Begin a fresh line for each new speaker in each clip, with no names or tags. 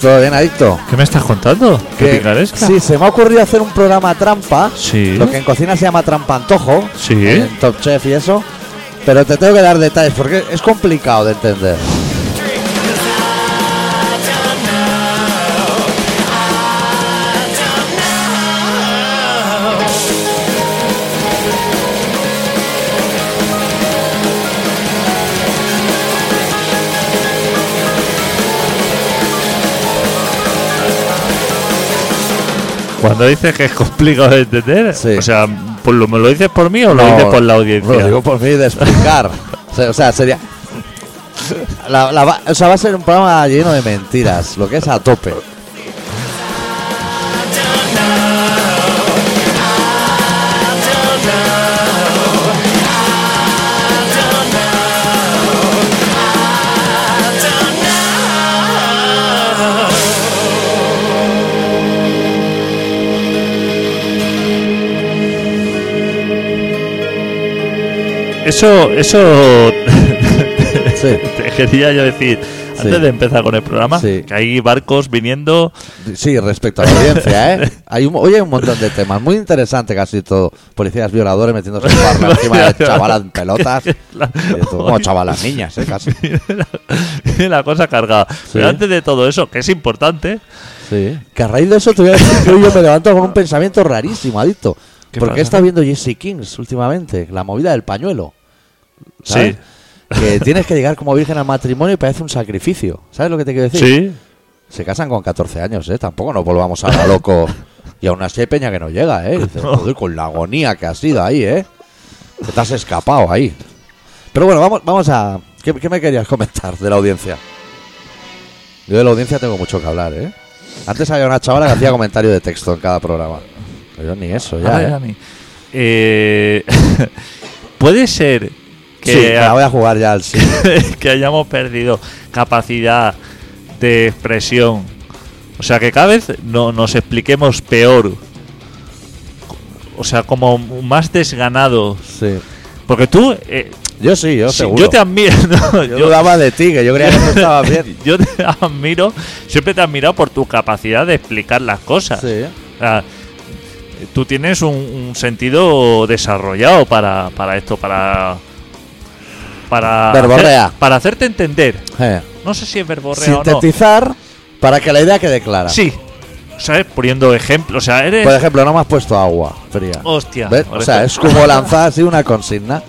¿Todo bien, adicto?
¿Qué me estás contando? ¿Qué
Que-
picaresca?
Sí, se me ha ocurrido hacer un programa trampa.
Sí.
Lo que en cocina se llama trampa antojo.
Sí.
en Top Chef y eso. Pero te tengo que dar detalles porque es complicado de entender.
Cuando dices que es complicado de entender,
Sí.
o sea, ¿por lo- ¿me lo dices por mí o lo dices por la audiencia?
Lo digo por mí de explicar. O sea, o sea, sería. La- la va- o sea, va a ser un programa lleno de mentiras, lo que es a tope.
Eso, eso
Sí,
te quería yo decir antes
Sí.
de empezar con el programa,
Sí.
que hay barcos viniendo.
sí, respecto a la audiencia, ¿eh? Hay un, hoy hay un montón de temas, muy interesante casi todo. Policías violadores metiéndose en barra encima de chavalas en pelotas.
La-
Y tú, Bueno, chavalas niñas, ¿eh? Casi.
Viene la cosa cargada. Pero antes de todo eso, que es importante,
Sí. Que a raíz de eso te voy a decir que hoy yo me levanto con un pensamiento rarísimo, adicto.
¿Qué
Porque he
pasa?
estado viendo Jesse Kings últimamente, la movida del pañuelo. ¿sabes?
sí,
Que tienes que llegar como virgen al matrimonio y parece un sacrificio. ¿Sabes lo que te quiero decir?
sí,
Se casan con 14 años, ¿eh? Tampoco nos volvamos a la loco. Y aún así hay peña que no llega, ¿eh? Dices, "Joder, con la agonía que has sido ahí, ¿eh? Que te has escapado ahí. Pero bueno, vamos, vamos a... ¿Qué, qué me querías comentar de la audiencia? Yo de la audiencia tengo mucho que hablar, ¿eh? Antes había una chavala que hacía comentario de texto en cada programa. Pero yo ni eso, ya,
Ahora
¿eh?
Ah, ya ni- Eh, puede ser que, ah,
Sí, me la voy a jugar ya al sí.
que hayamos perdido capacidad de expresión. O sea, que cada vez no, nos expliquemos peor. O sea, como más desganados.
Sí.
Porque tú. eh,
Yo sí, yo
si-
seguro.
yo te admiro. no,
Yo
yo-
dudaba de ti, que yo creía que tú estabas bien.
yo te admiro. Siempre te he admirado por tu capacidad de explicar las cosas.
Sí.
O sea, tú tienes un, un sentido desarrollado para, para esto, para. Para,
Verborrea.
hacer- para hacerte entender.
Eh,
No sé si es verborrea o no.
Sintetizar para que la idea quede clara.
Sí. O sea, poniendo ejemplos. O sea, eres.
Por ejemplo, no me has puesto agua fría.
Hostia.
¿Ves?
por
O sea,
ejemplo.
es como lanzar así una consigna.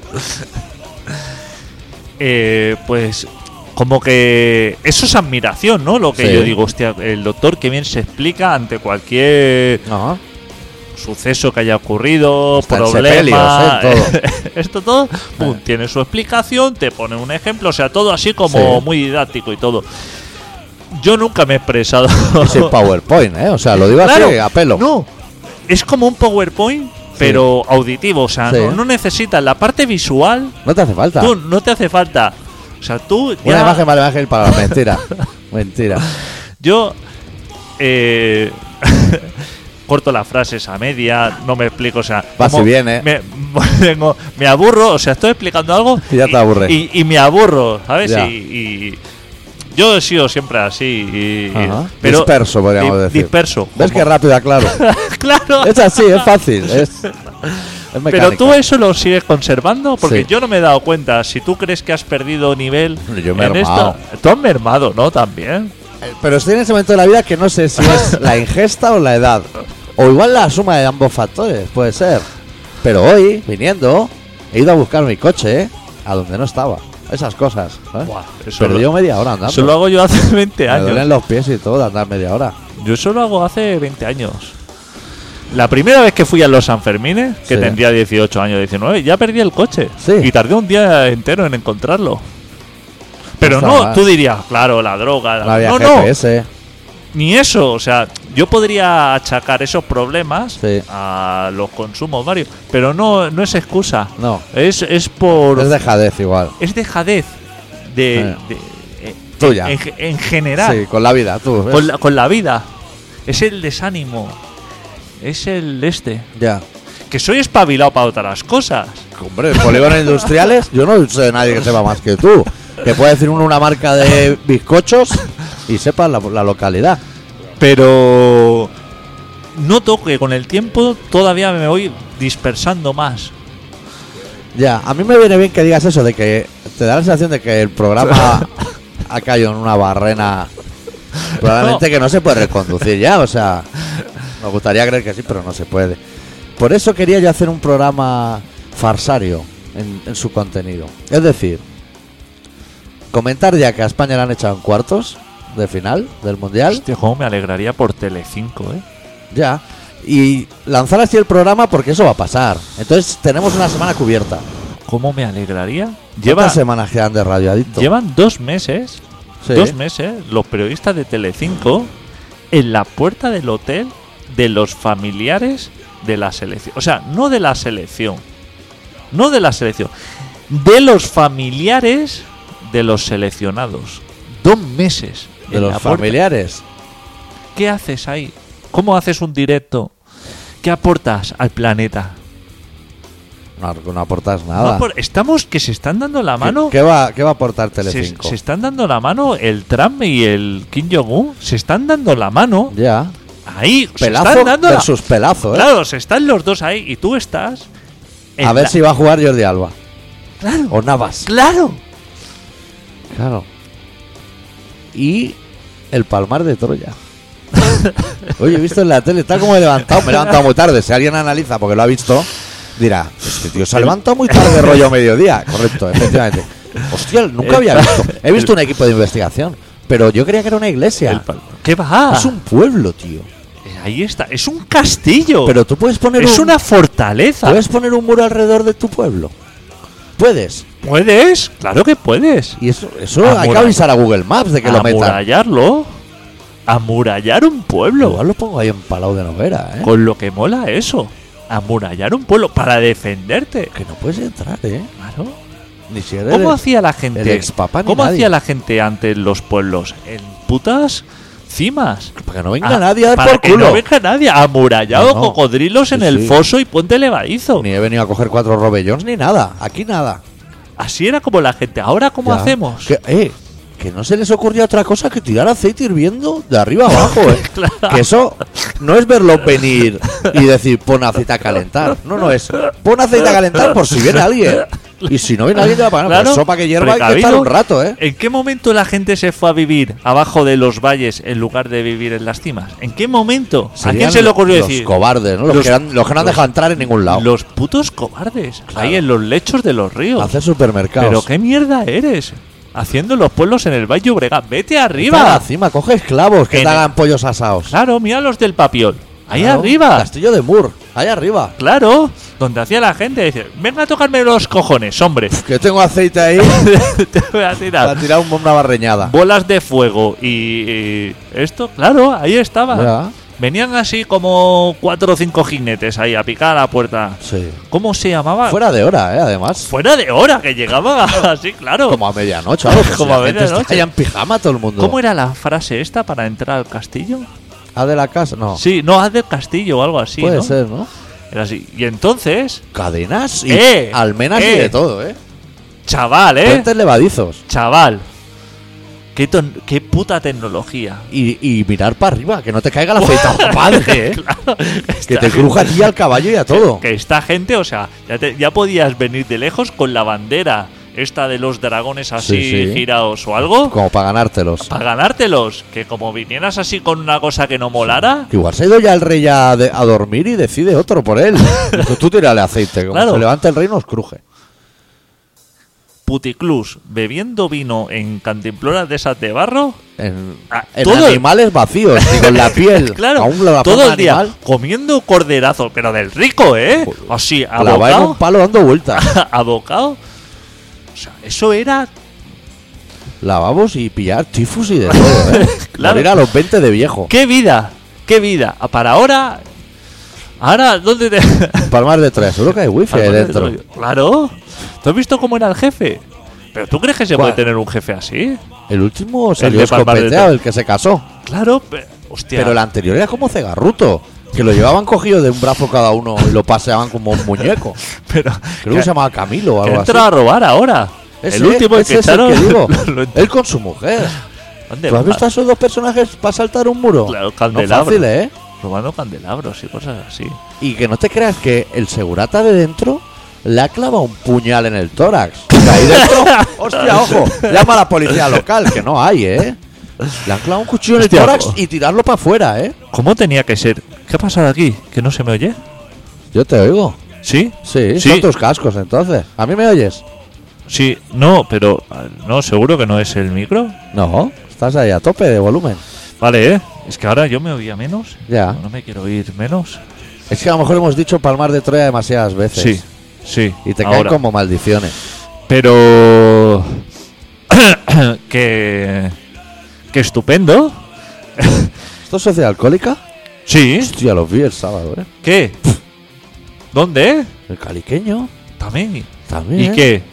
Eh, pues. Como que eso es admiración, ¿no? Lo que
Sí.
yo digo, hostia, el doctor que bien se explica ante cualquier
No.
suceso que haya ocurrido,
Hasta en
problema,
sepelios, ¿eh?
esto todo, pum, tiene su explicación, te pone un ejemplo, o sea, todo así como
Sí.
muy didáctico y todo. Yo nunca me he expresado.
Sin PowerPoint, ¿eh? O sea, lo digo así
Claro,
a pelo.
No, es como un PowerPoint, pero auditivo, o sea,
Sí.
no, no necesitas la parte visual,
No te hace falta.
tú no te hace falta. O sea, tú ya.
Una imagen vale imagen para la mentira. mentira.
Yo eh, corto las frases a media, no me explico, o sea,
Vas
como
y vienes.
Me, vengo- me aburro, o sea, estoy explicando algo
Y ya te aburre.
y, y me aburro, ¿sabes?
Ya.
Y, y yo he sido siempre así, y-
Ajá.
pero
disperso, podríamos
di-
decir.
disperso.
¿Ves
como-
qué rápido aclaro?
claro.
es así, es fácil. Es, es
Pero tú
mecánica.
eso lo sigues conservando porque
Sí.
yo no me he dado cuenta. Si tú crees que has perdido nivel,
Yo he
en
mermado.
esto, tú has mermado, ¿no? También.
Eh, Pero estoy en ese momento de la vida que no sé si es la ingesta o la edad. O igual la suma de ambos factores, puede ser. Pero hoy, viniendo, he ido a buscar mi coche ¿eh? a donde no estaba. Esas cosas. ¿sabes?
Buah, eso
Perdió
lo-
media hora andando.
Eso lo hago yo hace 20
Me
años.
duelen los pies y todo de andar media hora.
Yo eso lo hago hace 20 años. La primera vez que fui a los Sanfermines, que
Sí.
tendría 18 años, 19, ya perdí el coche.
Sí.
Y tardé un día entero en encontrarlo. Pero
Está
no,
mal.
tú dirías, claro, la droga. la-
No había
no, no.
GPS.
ni eso, o sea, yo podría achacar esos problemas
Sí.
a los consumos varios, pero no, no es excusa.
No.
Es, es por.
Es Ah, dejadez igual.
es dejadez de. de- eh,
Tuya.
En, ge- en general.
Sí, pues. con la vida, tú. ¿ves?
con, la, con la vida. Es el desánimo. Es el este.
Ya.
Que soy espabilado para otras cosas.
Hombre, en polígonos industriales, yo no sé de nadie que sepa más que tú. Que puede decir uno una marca de bizcochos y sepa la, la localidad.
Pero noto que con el tiempo todavía me voy dispersando más.
Ya, a mí me viene bien que digas eso, de que te da la sensación de que el programa ha caído en una barrena probablemente que no se puede reconducir ya, o sea, me gustaría creer que sí, pero no se puede. Por eso quería yo hacer un programa farsario en, en su contenido. Es decir, comentar ya que a España la han echado en cuartos de final del Mundial.
Hostia, cómo Este me alegraría por Telecinco, ¿eh?
Ya. Y lanzar así el programa porque eso va a pasar. Entonces tenemos una semana cubierta.
¿Cómo me alegraría? Lleva,
¿Cuántas semanas quedan de Radio Adicto?
llevan dos meses,
Sí.
dos meses, los periodistas de Telecinco en la puerta del hotel de los familiares de la selección. O sea, no de la selección. No de la selección. De los familiares de los seleccionados. Dos meses.
de
en
los
la puerta.
familiares.
¿Qué haces ahí? ¿Cómo haces un directo? ¿Qué aportas al planeta?
No, no aportas
No
nada.
apor- Estamos que se están dando la
¿Qué-
mano.
¿Qué, va, ¿Qué va a aportar
se,
Telecinco?
se están dando la mano el Trump y el Kim Jong-un. Se están dando la mano.
Ya.
Ahí. se
Pelazo
están dando la-
versus pelazo, ¿eh?
Claro, se están los dos ahí y tú estás. en
a ver
la-
si va a jugar Jordi Alba.
Claro.
O Navas.
Claro.
Claro. Y el palmar de Troya. Oye, he visto en la tele, está como levantado. Me he levantado muy tarde. Si alguien analiza porque lo ha visto, dirá: Este tío se ha levantado muy tarde, rollo mediodía. Correcto, efectivamente. Hostia, nunca había visto. He visto un equipo de investigación, pero yo creía que era una
El
iglesia.
pal- ¿Qué va? Eh,
Es un pueblo, tío.
Ahí está. Es un castillo.
Pero tú puedes poner
es
un,
una fortaleza.
puedes poner un muro alrededor de tu pueblo. Puedes.
¿Puedes? Claro que puedes.
Y eso, eso hay que
Amurall-
avisar a Google Maps
Ah,
de que lo metan.
amurallarlo. Amurallar un pueblo.
Igual lo pongo ahí en Palau de Noguera, ¿eh?
Con lo que mola eso. Amurallar un pueblo para defenderte.
Que no puedes entrar, ¿eh?
Claro.
Ni si eres-
¿Cómo hacía la
el
gente?
expapá ni
¿Cómo
nadie.
hacía la gente ante los pueblos? En putas cimas.
Para que no venga
Ah,
nadie a dar
para
por
que
culo.
No venga nadie. Amurallado,
No, no.
cocodrilos en
Sí,
el
sí.
foso y puente levadizo.
Ni he venido a coger cuatro robellones ni nada. Aquí nada.
Así era como la gente. Ahora, ¿cómo
Ya.
hacemos?
Que, eh, que no se les ocurría otra cosa que tirar aceite hirviendo de arriba abajo, ¿eh?
Claro.
Que eso no es verlo venir y decir pon aceite a calentar. No, no es. Pon aceite a calentar por si viene alguien. Y si no viene alguien, te va a pagar.
Claro,
Pues sopa que hierva hay que estar
precavido.
un rato, ¿eh?
¿En qué momento la gente se fue a vivir abajo de los valles en lugar de vivir en las cimas? ¿En qué momento? ¿A quién
Serían
se le ocurrió
los
decir?
cobardes, ¿no? Los,
Los-
que, han- los que no han
los-
dejado entrar en ningún lado.
Los putos cobardes. Ahí en los lechos de los ríos.
Hacer supermercados.
Pero qué mierda eres. Haciendo los pueblos en el Valle Obregón. Vete
Está
arriba.
encima, coge esclavos que
En
te
el-
hagan pollos asados.
Claro, mira los del papiol. Ahí
Claro,
arriba.
Castillo de Mur, ahí arriba.
Claro. Donde hacía la gente. Dice, venga a tocarme los cojones, hombre.
Que tengo aceite ahí
Te voy a tirar.
para tirar un- una barreñada.
bolas de fuego y, y esto, claro, ahí estaba.
Ya.
Venían así como cuatro o cinco jinetes ahí a picar a la puerta.
Sí.
¿Cómo se llamaba?
Fuera de hora, ¿eh? Además.
Ah. Fuera de hora que llegaba así, claro.
Como a medianoche. algo, que
Como
la
a
gente está
medianoche.
allá en pijama todo el mundo.
¿Cómo era la frase esta para entrar al castillo?
¿A de la casa? No.
Sí, no, haz del castillo o algo así.
Oh. Puede
¿no?
ser, ¿no?
Era así. Y entonces,
Cadenas y
Eh,
almenas y
eh.
de todo, ¿eh?
chaval, ¿eh?
Puentes levadizos.
Chaval. Qué, ton- qué puta tecnología.
Y, y mirar para arriba, que no te caiga la aceite, padre, ¿eh?
Claro,
Que
esta
te cruja a ti, al caballo y a todo.
Que esta gente, o sea, ya, te- ya podías venir de lejos con la bandera esta de los dragones así
Sí, sí.
girados o algo
Como para ganártelos.
para ganártelos. Que como vinieras así con una cosa que no molara,
Que igual se ha ido ya el rey a, de- a dormir y decide otro por él. Dice, Tú tírale aceite, como
Claro.
se levanta el rey nos cruje.
puticlus bebiendo vino en cantimploras de esas de barro,
En,
Ah,
en
todo el-
animales vacíos y con la piel.
claro,
aún la
todo
forma
el día
animal, Pues,
comiendo corderazo, pero del rico, ¿eh? Así,
clavada en
abocado,
un palo dando vueltas.
abocado. O sea, eso era
lavabos y pillar tifus y de todo, ¿eh?
Claro.
Morir a los 20 de viejo.
¡Qué vida! ¡Qué vida! Ah, Para ahora. Ahora, ¿dónde te.?
Palmas de tres, seguro que hay wifi ahí dentro.
Claro. ¿Tú has visto cómo era el jefe? ¿Pero tú crees que se
¿Cuál?
puede tener un jefe así?
El último salió
de Palmar de
escopeteado, el
Tres.
que se casó.
Claro, pero. Hostia.
Pero el anterior era como cegarruto, que lo llevaban cogido de un brazo cada uno y lo paseaban como un muñeco.
pero
Creo que se llamaba Camilo o
que
algo así.
entra a robar ahora.
Ese,
el último
ese
que
es el
echaron.
que digo.
lo- lo-
Él con su mujer.
¿Dónde
¿Tú has
va?
visto a esos dos personajes para saltar un muro?
Claro,
no es
candelabros.
fácil, ¿eh?
Robando candelabros y cosas así.
Y que no te creas que el segurata de dentro le ha clavado un puñal en el tórax. Y ahí dentro, hostia, ojo, llama a la policía local, que no hay, ¿eh? Le han clavado un cuchillo en el
Hostia,
tórax
ojo.
y tirarlo para afuera, ¿eh?
¿Cómo tenía que ser? ¿Qué ha pasado aquí? ¿Que no se me oye?
Yo te oigo.
¿Sí?
Sí,
Sí.
son tus cascos, entonces. ¿A mí me oyes?
Sí, no, pero. ah, No, seguro que no es el micro.
No, estás ahí a tope de volumen.
Vale, ¿eh? Es que ahora yo me oía menos.
Ya.
No me quiero oír menos.
Es que a lo mejor hemos dicho palmar de Troya demasiadas veces.
Sí, sí.
Y te caen
ahora.
como maldiciones.
Pero. que. Que estupendo.
¿Esto es sociedad alcohólica?
Sí.
Hostia, los vi el sábado, ¿eh?
¿Qué? ¿Dónde?
El caliqueño
También.
también.
¿Y
¿eh?
qué?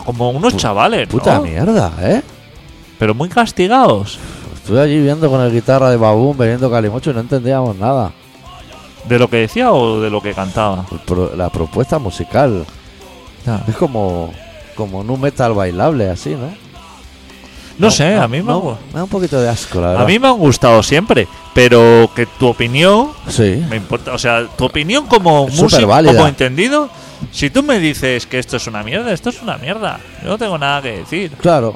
Oh. Como unos chavales, ¿no?
Puta mierda, ¿eh?
Pero muy castigados.
Estuve allí viendo con el guitarra de Babum, bebiendo calimocho y no entendíamos nada.
¿De lo que decía o de lo que cantaba?
El pro- la propuesta musical es como como un metal bailable, así, ¿no?
No sé, a mí me,
no,
han gu-
me da un poquito de asco, la verdad.
a mí me han gustado siempre. Pero que tu opinión
Sí.
Me importa, o sea, tu opinión como
Es
músico,
superválida.
como entendido, si tú me dices que esto es una mierda, esto es una mierda. Yo no tengo nada que decir.
Claro.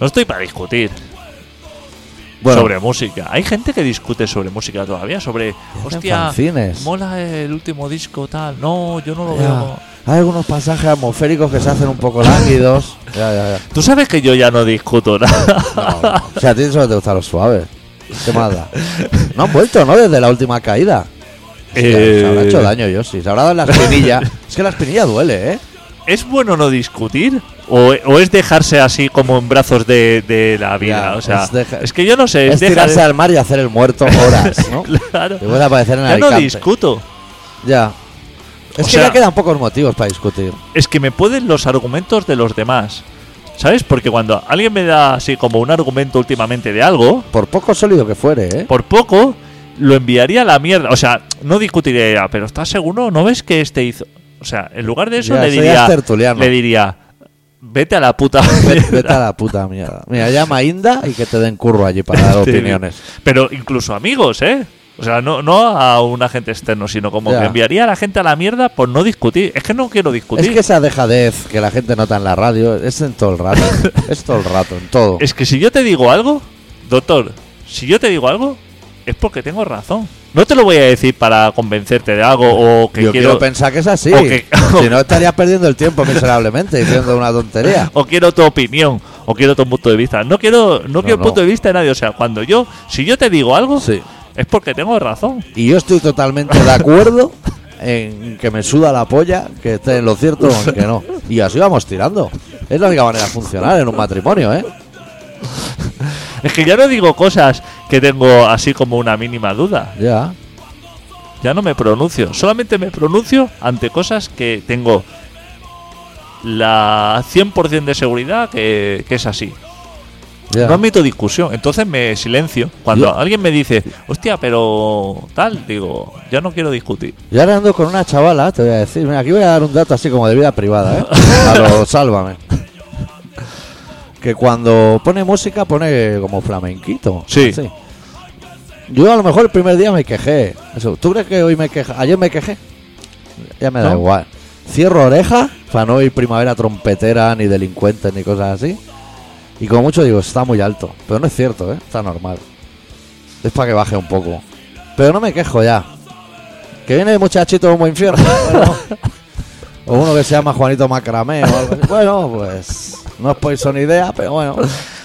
No estoy para discutir
Bueno,
sobre música. Hay gente que discute sobre música todavía, sobre, hostia,
fanzines.
mola el último disco tal. No, yo no lo
Ya.
veo. como-
Hay algunos pasajes atmosféricos que se hacen un poco lánguidos. Ya, ya, ya.
Tú sabes que yo ya no discuto nada.
No, no. O sea, a ti solo te gustan los suaves. ¿Qué más da? No han vuelto, ¿no? Desde la última caída. Sí, Se habrá
Eh,
hecho daño, yo sí. Se habrá dado en la espinilla. es que la espinilla duele, ¿eh?
¿Es bueno no discutir? ¿O, o es dejarse así como en brazos de, de la vida?
Ya,
o
es
sea, es,
deja-
que yo no sé, es,
es
dejar.
tirarse al mar y hacer el muerto horas, ¿no?
Claro.
Te vuelve a aparecer en
Ya no
Alicante.
discuto.
ya. Es
O
que
sea-
ya quedan pocos motivos para discutir.
es que me pueden los argumentos de los demás. ¿Sabes? Porque cuando alguien me da así como un argumento últimamente de algo,
Por poco sólido que fuere, ¿eh?
por poco lo enviaría a la mierda. O sea, no discutiría, pero ¿estás seguro? ¿No ves que este hizo? O sea, en lugar de eso
Ya,
le
eso ya
diría,
es tertuliano.
le diría, vete a la puta.
Vete,
mierda".
vete a la puta mierda. Mira, llama a Inda y que te den curro allí para dar
Te digo.
opiniones.
Pero incluso amigos, ¿eh? O sea, no, no a un agente externo, sino como
Ya.
que enviaría a la gente a la mierda por no discutir. Es que no quiero discutir.
Es que esa dejadez que la gente nota en la radio es en todo el rato. es todo el rato, en todo.
Es que si yo te digo algo, doctor, si yo te digo algo, es porque tengo razón. No te lo voy a decir para convencerte de algo o que
Yo quiero,
quiero,
pensar que es así.
o que-
si no, estarías perdiendo el tiempo miserablemente diciendo una tontería.
o quiero tu opinión o quiero tu punto de vista. No quiero no, quiero
no.
punto de vista de nadie. O sea, cuando yo, si yo te digo algo,
Sí.
es porque tengo razón.
Y yo estoy totalmente de acuerdo en que me suda la polla, que esté en lo cierto o en que no. Y así vamos tirando. Es la única manera de funcionar en un matrimonio, ¿eh?
Es que ya no digo cosas que tengo así como una mínima duda.
Ya.
Ya no me pronuncio. Solamente me pronuncio ante cosas que tengo la 100% de seguridad que- que es así.
ya.
No admito discusión, entonces me silencio. Cuando
Yo-
alguien me dice, hostia, pero tal, digo, ya no quiero discutir.
Yo ahora ando con una chavala, te voy a decir. Mira, aquí voy a dar un dato así como de vida privada, ¿eh? A lo sálvame. Que cuando pone música pone como flamenquito.
Sí.
así. Yo a lo mejor el primer día me quejé. Eso. ¿Tú crees que hoy me quejé? ¿Ayer me quejé? Ya me da
No.
igual. Cierro oreja para no oír primavera trompetera, ni delincuentes, ni cosas así. Y como mucho digo, está muy alto. Pero no es cierto, ¿eh? Está normal. Es para que baje un poco. Pero no me quejo ya. Que viene el muchachito de un buen infierno. Bueno. o uno que se llama Juanito Macramé o algo así. Bueno, pues no os podéis son idea, pero bueno.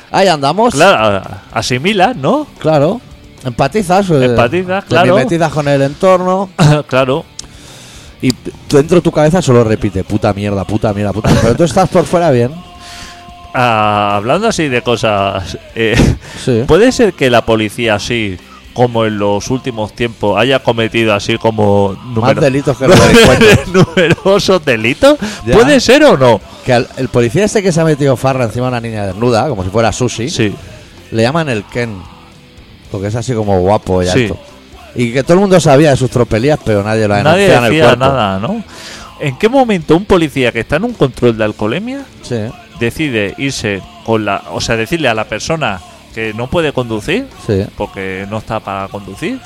Ahí andamos.
Claro, a- asimila, ¿no?
Claro. Empatizas. eh,
Empatizas,
te
claro.
mimetizas con el entorno.
claro,
Y t- dentro de tu cabeza solo repite, puta mierda, puta mierda, puta mierda. Pero tú estás por fuera bien.
ah, hablando así de cosas, eh,
Sí.
¿puede ser que la policía así, como en los últimos tiempos, haya cometido así como
Más
número-
delitos que los delincuentes.
numerosos delitos?
Ya.
¿Puede ser o no?
Que al- el policía este que se ha metido farra encima de una niña desnuda, como si fuera sushi,
Sí,
le llaman el Ken. Porque es así como guapo y
Sí.
alto. Y que todo el mundo sabía de sus tropelías, pero nadie lo ha
nadie
denunciado en el
decía
cuerpo.
nada, ¿no? ¿En qué momento un policía que está en un control de alcoholemia
Sí,
decide irse con la, o sea, decirle a la persona que no puede conducir
sí.
porque no está para conducir,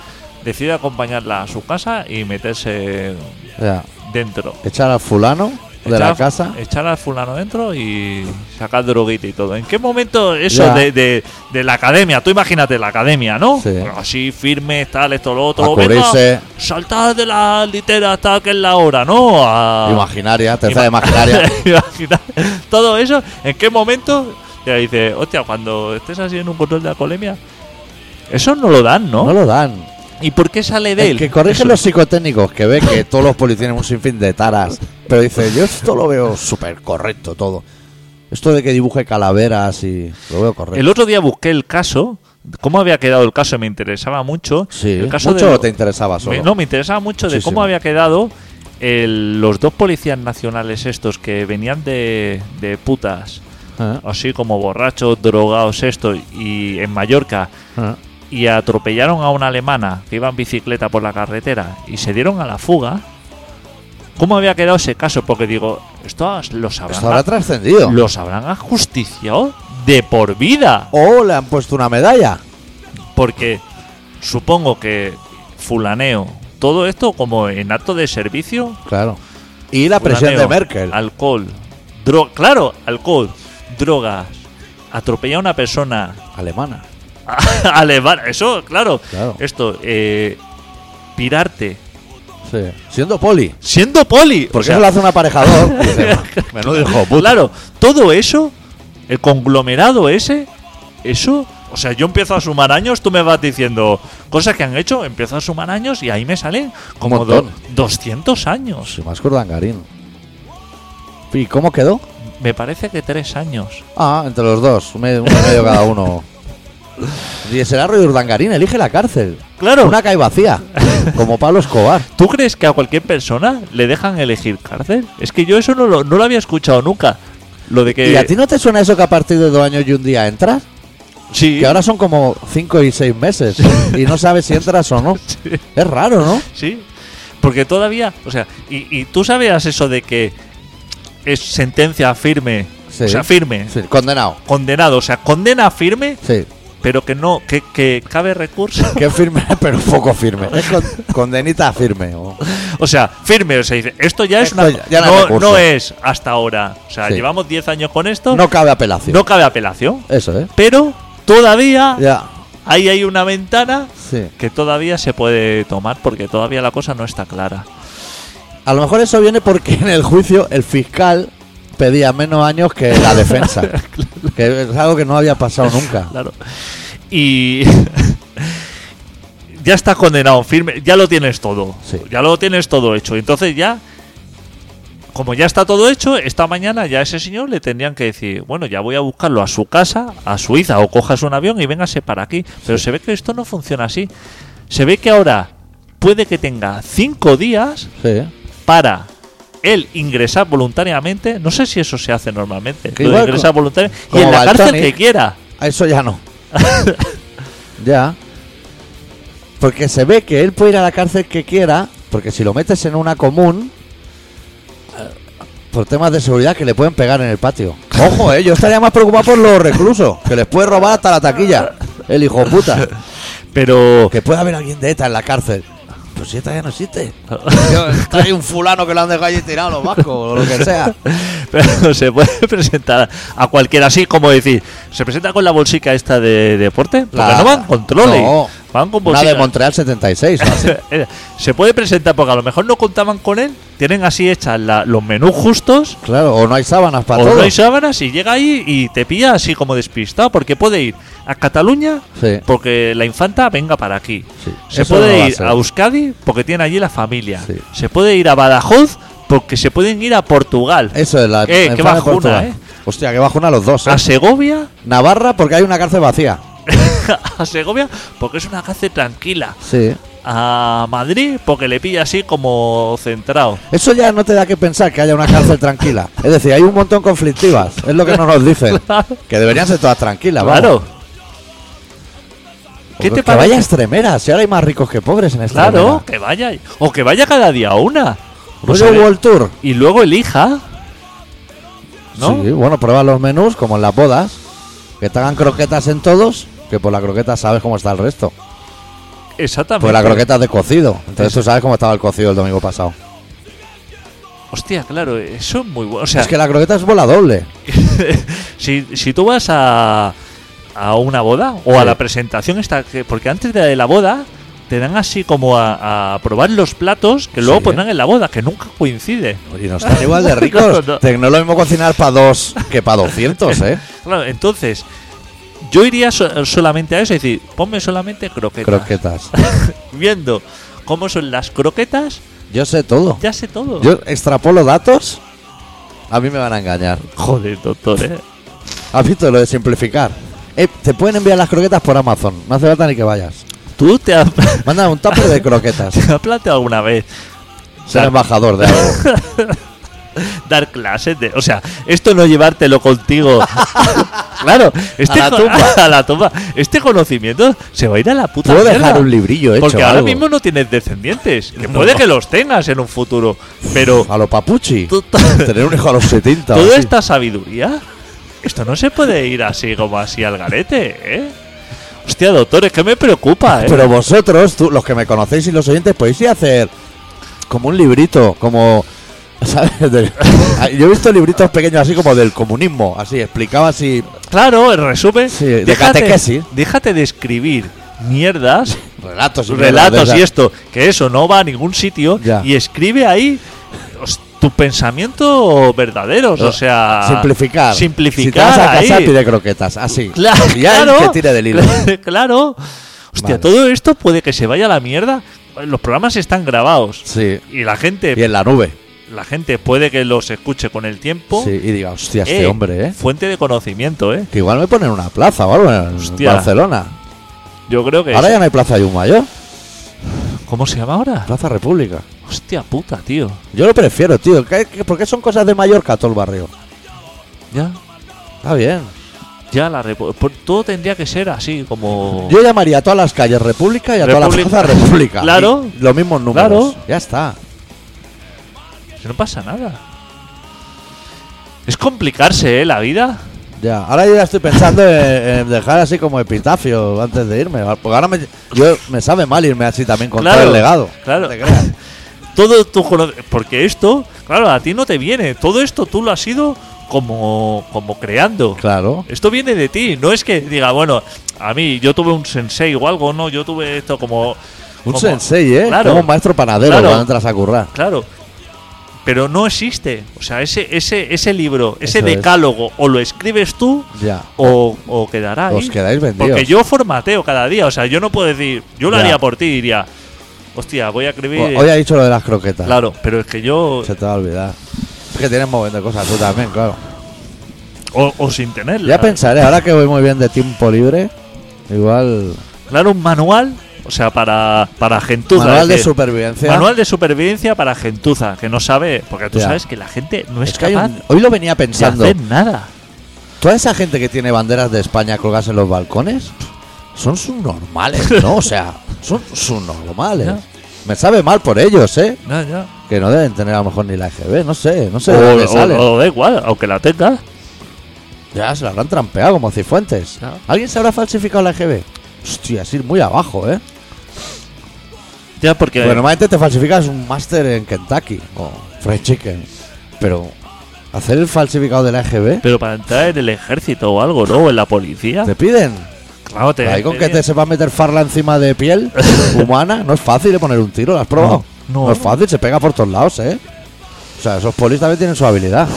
decide acompañarla a su casa y meterse
Ya.
dentro.
Echar al fulano de
Echar-
la casa.
Echar al fulano dentro y sacar droguita y todo. ¿En qué momento eso
Ya.
de, de- de la academia? Tú imagínate la academia, ¿no?
Sí.
Así firme, tal, esto, lo
A
otro.
cubrirse.
saltar de la litera hasta que es la hora, ¿no? A-
Imaginaria, tercera
Ah. Ima-
imaginaria.
Imagina- todo eso, ¿en qué momento? Ya dice, hostia, cuando estés así en un control de alcoholemia, eso no lo dan, ¿no?
No lo dan.
¿Y por qué sale de
El
él?
que corrigen
Eso.
los psicotécnicos, que ve que todos los policías tienen un sinfín de taras, pero dice, yo esto lo veo súper correcto todo. Esto de que dibuje calaveras y... Lo veo correcto.
El otro día busqué el caso, cómo había quedado el caso, me interesaba mucho.
sí,
el caso
mucho
de-
o te interesaba solo.
me- No, me interesaba mucho de
Muchísimo.
cómo había quedado el- los dos policías nacionales estos que venían de, de putas,
Ah,
así como borrachos, drogados, esto, y en Mallorca,
ah.
y atropellaron a una alemana que iba en bicicleta por la carretera y se dieron a la fuga, ¿cómo había quedado ese caso? Porque digo, esto los
Esto habrá
habrán,
trascendido.
los habrán ajusticiado de por vida.
O le han puesto una medalla.
Porque supongo que fulaneo, todo esto como en acto de servicio.
Claro. Y la presión
fulaneo,
de Merkel.
Alcohol. Dro claro, alcohol. Drogas. Atropellar a una persona
Alemana.
alemana. Eso, claro.
Claro.
Esto, eh, pirarte.
Sí. Pues Siendo poli.
Siendo poli.
Porque
o sea,
eso lo hace un aparejador. Dice, Menudo hijo de puta.
Claro, todo eso, el conglomerado ese, eso. O sea, yo empiezo a sumar años, tú me vas diciendo cosas que han hecho, empiezo a sumar años y ahí me salen como do-
montón.
200 años.
Sí, más Dangarín. ¿Y cómo quedó?
Me parece que tres años.
Ah, entre los dos. Un medio, un medio cada uno. Y será Roy Urdangarín, elige la cárcel.
Claro.
Una calle vacía. Como Pablo Escobar.
¿Tú crees que a cualquier persona le dejan elegir cárcel? Es que yo eso no lo, no lo había escuchado nunca. Lo de que.
¿Y a ti no te suena eso que a partir de dos años y un día entras?
Sí.
Que ahora son como cinco y seis meses. Y no sabes si entras o no. Es raro, ¿no?
Sí, porque todavía, o sea, y, y tú sabías eso de que es sentencia firme,
Sí.
o sea, firme,
Sí, condenado.
condenado, o sea, condena firme,
Sí.
pero que no, que, que cabe recurso.
Que es firme, pero poco firme. Es con- condenita firme. o-
O sea, firme, o sea, dice, esto ya es
Esto
una.
ya- ya no hay
no,
recurso.
no es hasta ahora, o sea,
Sí.
llevamos 10 años con esto, no,
No cabe apelación.
cabe apelación,
Eso, ¿eh?
pero todavía
Ya.
ahí hay una ventana
Sí.
que todavía se puede tomar porque todavía la cosa no está clara.
A lo mejor eso viene porque en el juicio el fiscal pedía menos años que la defensa. que es algo que no había pasado nunca.
Claro. Y ya estás condenado, firme, ya lo tienes todo.
Sí.
Ya lo tienes todo hecho. Entonces ya, como ya está todo hecho, esta mañana ya a ese señor le tendrían que decir, bueno, ya voy a buscarlo a su casa, a Suiza, o cojas un avión y véngase para aquí. Pero se ve que esto no funciona así. Se ve que ahora puede que tenga cinco días
Sí.
para él ingresar voluntariamente. No sé si eso se hace normalmente.
Que
lo de
igual
ingresar
co-
voluntariamente. Y
como
en la
Baltonic.
cárcel que quiera.
A Eso ya no. ya. Porque se ve que él puede ir a la cárcel que quiera, porque si lo metes en una común, eh, por temas de seguridad que le pueden pegar en el patio. Ojo, eh, yo estaría más preocupado por los reclusos, que les puede robar hasta la taquilla. El hijo puta.
Pero
Que puede haber alguien de ETA en la cárcel. Pero si ETA ya no existe. Hay un fulano que lo han dejado allí tirado los vascos o lo que sea.
Pero se puede presentar a cualquiera así, como decir, se presenta con la bolsica esta de deporte, porque
La-
no van con trolley,
No.
van con
Una de
bolsica. Eh,
Montreal 76. ¿no?
se puede presentar porque a lo mejor no contaban con él, tienen así hechas la- los menús justos,
Claro, o no hay sábanas para
o
todos.
no hay sábanas y llega ahí y te pilla así como despistado, porque puede ir a Cataluña
Sí.
porque la infanta venga para aquí.
Sí,
Se
eso no
puede
va a
ir
ser.
a, Euskadi porque tiene allí la familia.
Sí.
Se puede ir a Badajoz porque se pueden ir a Portugal.
Eso es la
Eh,
en
qué
Fran de
bajuna,
Portugal.
eh. Ah,
Hostia, que bajan a los dos. ¿eh?
A Segovia,
Navarra porque hay una cárcel vacía.
a Segovia, porque es una cárcel tranquila.
Sí.
A Madrid, porque le pilla así como centrado.
Eso ya no te da que pensar que haya una cárcel tranquila. Es decir, hay un montón conflictivas. Es lo que no nos dicen.
Claro.
Que deberían ser todas tranquilas, vamos.
Claro. ¿Qué
Pues
te
Que vaya
parece?
extremera. Si ahora hay más ricos que pobres en esta
Claro, Pues que vaya. O que vaya cada día a una. O sea,
Rollo Pues World Tour.
y luego elija. ¿No?
Sí, bueno, prueba los menús como en las bodas. Que te hagan croquetas en todos. Que por la croqueta sabes cómo está el resto.
Exactamente.
Pues la croqueta es de cocido. Entonces tú sabes cómo estaba el cocido el domingo pasado.
Hostia, claro, eso es muy bueno. O sea,
es que la croqueta es bola doble.
si, si tú vas a, a una boda o a
Sí.
la presentación, esta, que- porque antes de la boda te dan así como a, a probar los platos que luego
Sí.
pondrán en la boda, que nunca coincide.
Y nos están igual de ricos.
No, no.
Te- No es lo mismo cocinar para dos que para 200, ¿eh?
Claro, entonces, yo iría so- solamente a eso, es decir, ponme solamente croquetas.
Croquetas.
Viendo cómo son las croquetas,
Yo sé todo.
ya sé todo.
Yo extrapolo datos. A mí me van a engañar.
Joder, doctor, ¿eh?
¿Has visto lo de simplificar? Eh, te pueden enviar las croquetas por Amazon. No hace falta ni que vayas.
¿Tú te has,
Manda un tupper de croquetas.
te has planteado alguna vez
Ser embajador de algo.
dar clases de, o sea, esto no llevártelo contigo. claro, este
A la
co-
tumba.
a la tumba. Este conocimiento se va a ir a la puta
Puedo
mierda.
dejar un librillo hecho.
Porque ahora
algo.
mismo no tienes descendientes, que
No.
puede que los tengas en un futuro, pero
A lo papuchi.
tú-
Tener un hijo a los 70. o
toda
así.
esta sabiduría, esto no se puede ir así como así al garete, ¿eh? Hostia, doctor, es que me preocupa, ¿eh?
Pero vosotros, tú, los que me conocéis y los oyentes, podéis ir a hacer como un librito, como. ¿Sabes? De- yo he visto libritos pequeños así como del comunismo, así, explicaba así.
claro, el resumen,
Sí, de
déjate-
catequesis.
déjate de escribir mierdas
Relatos y mierdas
relatos
de esas.
y esto, que eso no va a ningún sitio
Ya.
y escribe ahí os- tus pensamientos verdaderos, o sea,
Simplificar. Si te
simplificar
vas a
ahí.
casa, pide croquetas, así.
Cla-
Y ya el
claro,
que tire del hilo.
claro. Hostia,
Vale.
todo esto puede que se vaya a la mierda. Los programas están grabados
Sí.
y la gente,
Y en la nube.
la gente puede que los escuche con el tiempo.
Sí, y diga, hostia, este
Eh,
hombre, ¿eh?
Fuente de conocimiento, ¿eh?
Que igual me ponen una plaza o algo en
Hostia.
Barcelona.
Yo creo que.
Ahora
es-
ya no hay plaza Yuma, yo.
¿Cómo se llama ahora?
Plaza República.
Hostia puta, tío.
Yo lo prefiero, tío. ¿Qué- qué- ¿Por qué son cosas de Mallorca todo el barrio?
Ya,
Está bien.
ya la. repo- por- Todo tendría que ser así, como.
Yo llamaría a todas las calles República y a todas las
República.
plazas República.
Claro.
Y los mismos números.
Claro.
Ya está.
Si no pasa nada. Es complicarse, ¿eh? La vida.
Ya. Ahora yo ya estoy pensando en, en dejar así como epitafio antes de irme. Porque ahora me, yo, me sabe mal irme así también con
Claro,
todo el legado.
claro.
No te creas.
Todo tú cono- Porque esto, claro, a ti no te viene. Todo esto tú lo has ido como, como creando.
Claro.
Esto viene de ti. No es que diga, bueno, a mí yo tuve un sensei o algo, no. Yo tuve esto como.
Un
como-
sensei, ¿eh?
Claro.
Como un maestro panadero
Claro.
cuando entras a currar.
Claro. Pero no existe. O sea, ese, ese, ese libro, ese
Eso es.
decálogo, o lo escribes tú
Ya.
o, o quedará ahí.
Os quedáis vendidos.
Porque yo formateo cada día, o sea, yo no puedo decir, yo lo
Ya.
haría por ti, diría, hostia, voy a escribir.
Hoy ha dicho lo de las croquetas.
claro, pero es que yo,
Se te va a olvidar. Es que tienes moviendo cosas tú también, claro.
o, o sin tenerla.
Ya pensaré, ahora que voy muy bien de tiempo libre, igual.
Claro, un manual, o sea, para, para gentuza.
manual de
es decir,
supervivencia.
manual de supervivencia para gentuza, que no sabe, porque tú
Ya.
sabes que la gente no es,
Es que hay
capaz
un- hoy lo venía
de
pensando.
hacer nada.
Toda esa gente que tiene banderas de España colgadas en los balcones son subnormales, ¿no? O sea, son subnormales.
Ya.
Me sabe mal por ellos, ¿eh?
Ya, ya.
Que no deben tener a lo mejor ni la EGB, no sé, no sé
o,
de dónde
o-
salen.
o da igual, aunque la tenga.
Ya se la habrán trampeado como Cifuentes.
Ya.
¿Alguien se habrá falsificado la EGB? Hostia, es ir muy abajo, ¿eh?
Ya, porque.
Porque normalmente te falsificas un máster en Kentucky o Fried Chicken. Pero hacer el falsificado de la E EGB,
pero para entrar en el ejército o algo, ¿no? O en la policía.
te piden.
Claro, te-
Ahí con
te-
que te sepas meter farla encima de piel humana, no es fácil de poner un tiro, ¿lo has probado?
No, no.
es fácil, se pega por todos lados, ¿eh? O sea, esos polis también tienen su habilidad.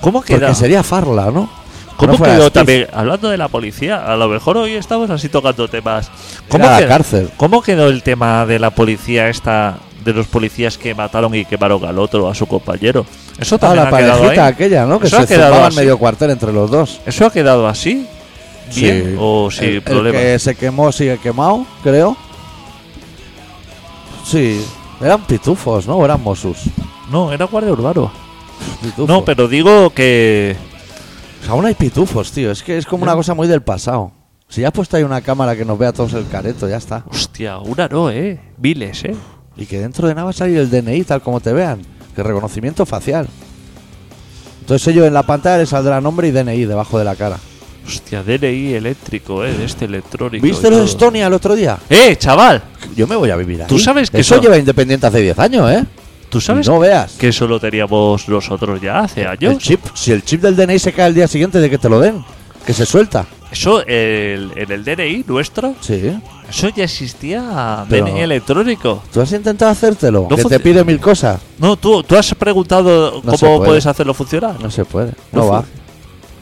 ¿Cómo
Porque
queda?
sería farla, ¿no?
¿Cómo
No fuera
quedó
Steve.
también? Hablando de la policía, a lo mejor hoy estamos así tocando temas. ¿Cómo,
Era la
quedó,
cárcel.
¿Cómo quedó el tema de la policía esta, de los policías que mataron y quemaron al otro, a su compañero? Eso
Ah,
también
la
ha quedado
parejita
ahí.
aquella, ¿no? Que
Eso
se
ha quedado
formaban
así.
medio cuartel entre los dos.
¿Eso ha quedado así? ¿Bien? ¿O sí,
El- el
problema?
que se quemó sigue quemado, creo. Sí. Eran pitufos, ¿no? Eran mosus.
No, era guardia urbano.
Pitufos.
No, pero digo que...
Pues Aún hay pitufos, tío. Es que es como una cosa muy del pasado. Si ya has puesto ahí una cámara que nos vea todos el careto, ya está.
Hostia, una no, ¿eh? Miles, ¿eh?
Y que dentro de nada va a salir el DNI tal como te vean. Que reconocimiento facial. Entonces ellos en la pantalla les saldrá nombre y DNI debajo de la cara.
Hostia, DNI eléctrico, ¿eh? De este electrónico. y
¿Viste lo de
todo.
Estonia el otro día?
¡Eh, chaval!
Yo me voy a vivir ahí.
Tú sabes que
Eso
son-
lleva independiente hace 10 años, ¿eh?
¿Tú sabes
Y no veas.
que eso lo teníamos nosotros ya hace
El
años?
chip, si el chip del DNI se cae el día siguiente de que te lo den, que se suelta.
Eso el- en el DNI nuestro,
Sí.
eso ya existía
Pero-
DNI electrónico.
¿Tú has intentado hacértelo?
No
que
func-
te pide mil cosas.
No, tú, tú has preguntado
No se
cómo
puede.
puedes hacerlo funcionar.
No se puede. No,
No
va.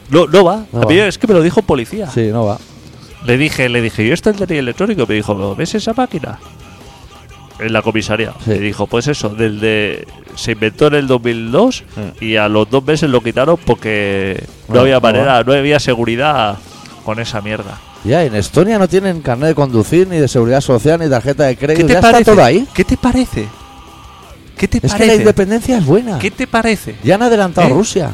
No, no va.
No
a mí
va.
es que me lo dijo un policía.
Sí, no va.
Le dije, le dije, ¿y esto es DNI electrónico? Me dijo, ¿lo ¿ves esa máquina? En la comisaría.
Sí.
Me dijo, pues eso, del de- se inventó en el 2002 y a los dos meses lo quitaron porque no,
No,
había
no
manera, no había seguridad con esa mierda.
Ya, en Estonia no tienen carnet de conducir, ni de seguridad social, ni tarjeta de
¿Qué
crédito.
te
Ya
parece?
está todo ahí.
¿Qué te parece? ¿Qué te
Es que la
parece?
independencia es buena.
¿Qué te parece?
Ya han adelantado
¿Eh?
a Rusia.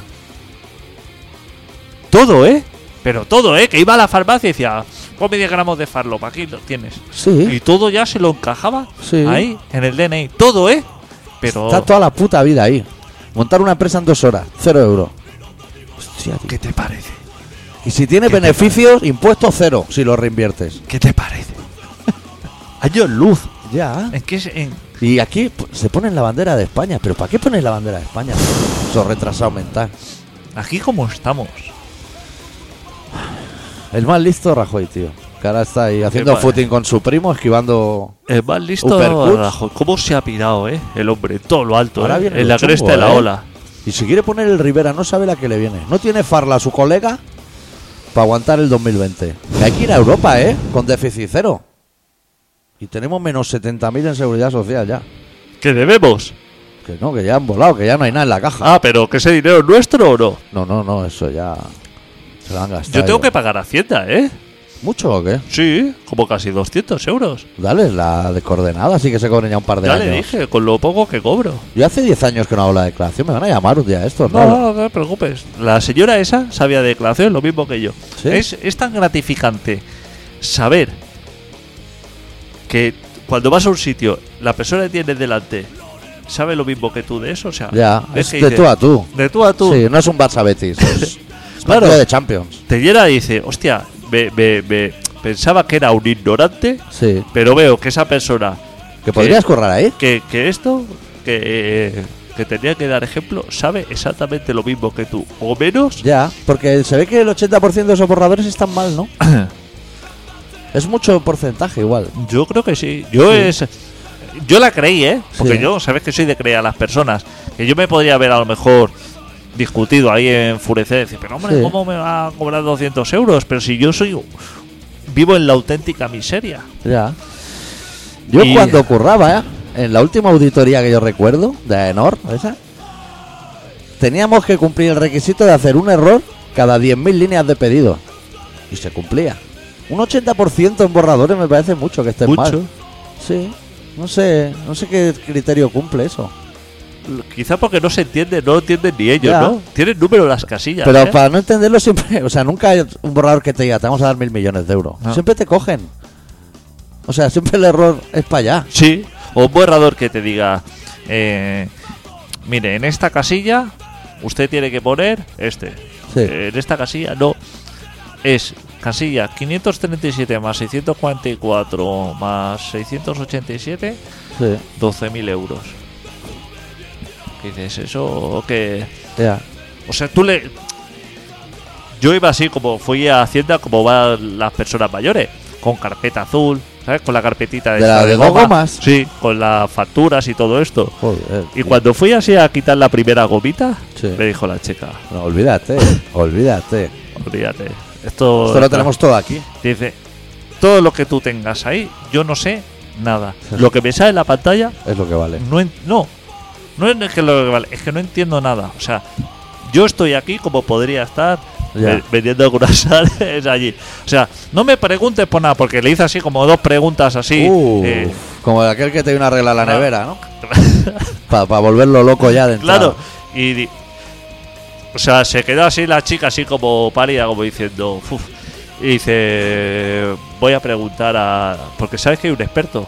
Todo, ¿eh? Pero todo, ¿eh? Que iba a la farmacia y decía, ponme 10 gramos de farlopa, aquí lo tienes. Y
Sí.
todo ya se lo encajaba
Sí.
ahí, en el DNI. Todo, ¿eh? Pero
Está toda la puta vida ahí. Montar una empresa en dos horas, cero euros. Hostia, tío.
¿qué te parece?
Y si tiene
¿Qué te
beneficios, impuestos cero si los reinviertes.
¿Qué te parece? Años luz.
Ya.
Es que es en-
Y aquí p- se ponen la bandera de España. ¿Pero para qué ponen la bandera de España? Eso retrasado mental.
aquí como estamos.
Eh, El más listo Rajoy, tío. Que ahora está ahí haciendo
padre.
footing con su primo, esquivando.
El más listo
Uppercuts.
Rajoy. ¿Cómo se ha pirado, eh? El hombre, en todo lo alto,
Ahora
¿eh?
viene
En
lo
la cresta
chungo,
de la
¿eh?
ola.
Y si quiere poner el Rivera, no sabe la que le viene. No tiene farla su colega para aguantar el 2020. Que hay que ir a Europa, ¿eh? Con déficit cero. Y tenemos menos 70.000 en seguridad social ya.
¿Que debemos?
Que no, que ya han volado, que ya no hay nada en la caja.
Ah, pero que ese dinero es nuestro o no.
No, no, no, eso ya. Se lo han gastado.
Pues Yo tengo que
ellos.
pagar Hacienda, ¿eh?
¿Mucho o qué?
Sí, como casi 200 euros.
Dale la descoordenada, así que se cobren ya un par de
Ya
años.
le dije, con lo poco que cobro.
Yo hace 10 años que no hago la declaración, me van a llamar un día esto,
No, no, no te preocupes. La señora esa sabía de declaración lo mismo que yo.
¿Sí?
Es, es tan gratificante saber que cuando vas a un sitio, la persona que tienes delante sabe lo mismo que tú de eso. O sea,
Ya,
ves
es
que
de
dices,
tú a tú.
de tú a tú.
Sí, no es un Barça Betis. es- es
Claro.
partido de Champions.
Te llena y dice, hostia, me- me- me- pensaba que era un ignorante,
Sí.
pero veo que esa persona
Que podrías correr ahí.
que, que esto, que, que tenía que dar ejemplo, sabe exactamente lo mismo que tú, o menos.
Ya, porque se ve que el 80% de esos borradores están mal, ¿no? Es mucho porcentaje igual.
Yo creo que sí. Yo
Sí.
es. Yo la creí, ¿eh? Porque
Sí.
yo, sabes que soy de creer a las personas. Que yo me podría haber a lo mejor discutido ahí enfurecer. Decir, pero hombre,
Sí.
¿cómo me va a cobrar 200 euros? Pero si yo soy. Vivo en la auténtica miseria.
Ya. Yo
Y-
cuando curraba, ¿eh? en la última auditoría que yo recuerdo, de AENOR, esa, teníamos que cumplir el requisito de hacer un error cada 10.000 líneas de pedido. Y se cumplía. Un 80% en borradores me parece mucho que esté mal.
Mucho.
Sí. No sé, no sé qué criterio cumple eso.
Quizá porque no se entiende, no lo entienden ni ellos,
Ya.
¿no? Tienen número las casillas.
Pero
¿eh?
para no entenderlo siempre, o sea, nunca hay un borrador que te diga, te vamos a dar mil millones de euros.
No.
Siempre te cogen. O sea, siempre el error es para allá.
Sí. O un borrador que te diga. eh, mire, en esta casilla. Usted tiene que poner este.
Sí.
Eh, en esta casilla no. Es casilla 537 más 644 más 687,
Sí.
12.000 euros. ¿Qué dices? Eso que.
Ya.
O sea, tú le. Yo iba así como fui a Hacienda, como van las personas mayores, con carpeta azul, ¿sabes? Con la carpetita
De
esta
la de dos
goma.
gomas.
Sí, con las facturas y todo esto.
Joder.
Y
tío.
cuando fui así a quitar la primera gomita,
Sí.
me dijo la chica,
No, olvídate, olvídate.
olvídate. Esto,
Esto lo
está-
tenemos todo aquí.
Dice, todo lo que tú tengas ahí, yo no sé nada. Lo que me sale en la pantalla,
Es lo que vale.
no, en- no. No es que lo que vale, es que no entiendo nada. O sea, yo estoy aquí como podría estar
Ya.
ve- vendiendo curasales allí. O sea, no me preguntes por nada, porque le hice así como dos preguntas así.
Uf,
eh,
como de aquel que te dio una regla a la
claro.
nevera, ¿no? Para volverlo loco ya de entrada.
Claro. Y. di- O sea, se quedó así la chica, así como pálida, como diciendo. "Uf". Y dice. Voy a preguntar a. Porque sabes que hay un experto.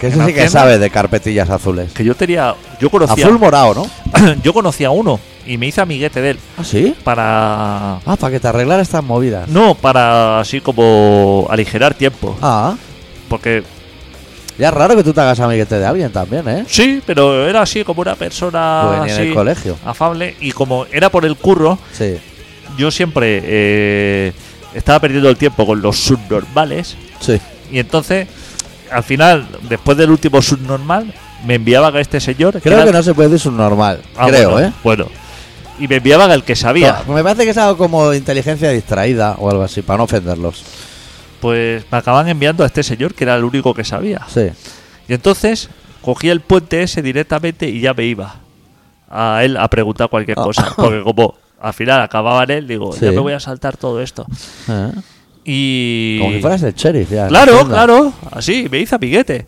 Que ese
En
sí que
Hacienda-
sabe de carpetillas azules.
Que yo tenía. Yo conocía.
Azul morado, ¿no?
yo conocía uno. Y me hice amiguete de él.
¿Ah, sí? Mm.
Para.
Ah, para que te arreglar estas movidas.
No, para así como aligerar tiempo.
Ah,
Porque
ya es raro que tú te hagas amiguete de alguien también, ¿eh?
sí, pero era así como una persona
Porque ni Pues en
así
el colegio.
afable. Y como era por el curro,
Sí.
yo siempre eh, estaba perdiendo el tiempo con los subnormales.
Sí.
Y entonces, al final, después del último subnormal, me enviaban a este señor.
Creo
era-
que no se puede decir normal.
Ah,
creo,
bueno,
¿eh?
Bueno. Y me enviaban al que sabía.
No, me parece que es algo como inteligencia distraída o algo así, para no ofenderlos.
Pues me acaban enviando a este señor, que era el único que sabía.
Sí.
Y entonces cogía el puente ese directamente y ya me iba a él a preguntar cualquier
Ah.
cosa. Porque como al final acababa en él, digo,
Sí.
ya me voy a saltar todo esto.
¿Eh?
Y...
Como si fueras el sheriff ya. en la
Claro,
tienda.
claro, así, me hizo amiguete.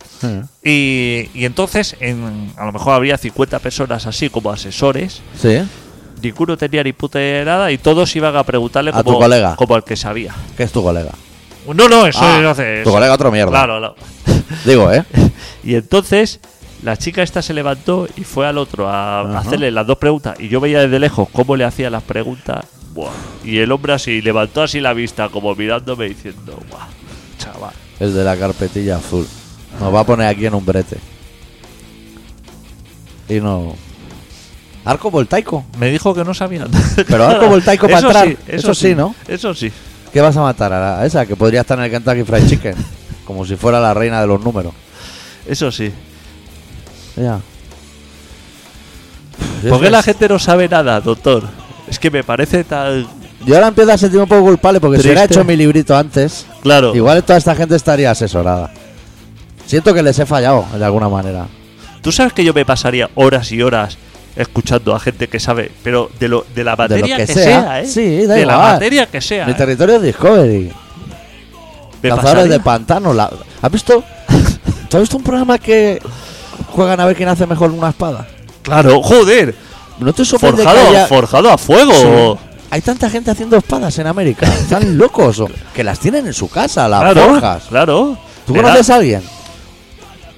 Eh,
Y, y entonces, en, a lo mejor habría 50 personas así como asesores,
Sí.
ninguno tenía ni puta idea de nada y todos iban a preguntarle
A tu
como,
colega.
como al que sabía.
Que es tu colega.
No, no, eso
Ah,
no hace
tu
eso.
colega otro mierda.
Claro, no.
Digo, ¿eh?
Y entonces la chica esta se levantó y fue al otro a
Ajá.
hacerle las dos preguntas. Y yo veía desde lejos cómo le hacía las preguntas. Buah. Y el hombre así levantó así la vista, como mirándome diciendo, Buah, chaval.
El de la carpetilla azul. Nos va a poner aquí en un brete. Y no. Arco voltaico.
Me dijo que no sabía nada.
Pero arco voltaico para
Eso
entrar.
sí,
Eso sí, ¿no?
Eso sí.
¿Qué vas a matar a, la- a esa que podría estar en el Kentucky Fried Chicken? Como si fuera la reina de los números.
Eso sí.
Ya.
¿Por qué la
pues-
gente no sabe nada, doctor? Es que me parece tan.
Yo ahora empiezo a sentirme un poco culpable porque si hubiera
Triste.
hecho mi librito antes,
Claro.
igual toda esta gente estaría asesorada. Siento que les he fallado de alguna manera.
Tú sabes que yo me pasaría horas y horas escuchando a gente que sabe, pero de lo de la
De lo
materia
que
que,
sea.
sea, ¿eh?
Sí, da
de la
igual.
materia que sea.
Mi
¿eh?
territorio es Discovery.
Me
Cazadores
pasaría.
de pantano. la- ¿Has visto? ¿Tú has visto un programa que juegan a ver quién hace mejor una espada?
Claro, joder.
No te sorprende que
Forjado,
haya-
forjado a fuego.
Sí. Hay tanta gente haciendo espadas en América. Están locos. o- Que las tienen en su casa, las
claro,
forjas.
claro.
¿Tú
Le da-
conoces a alguien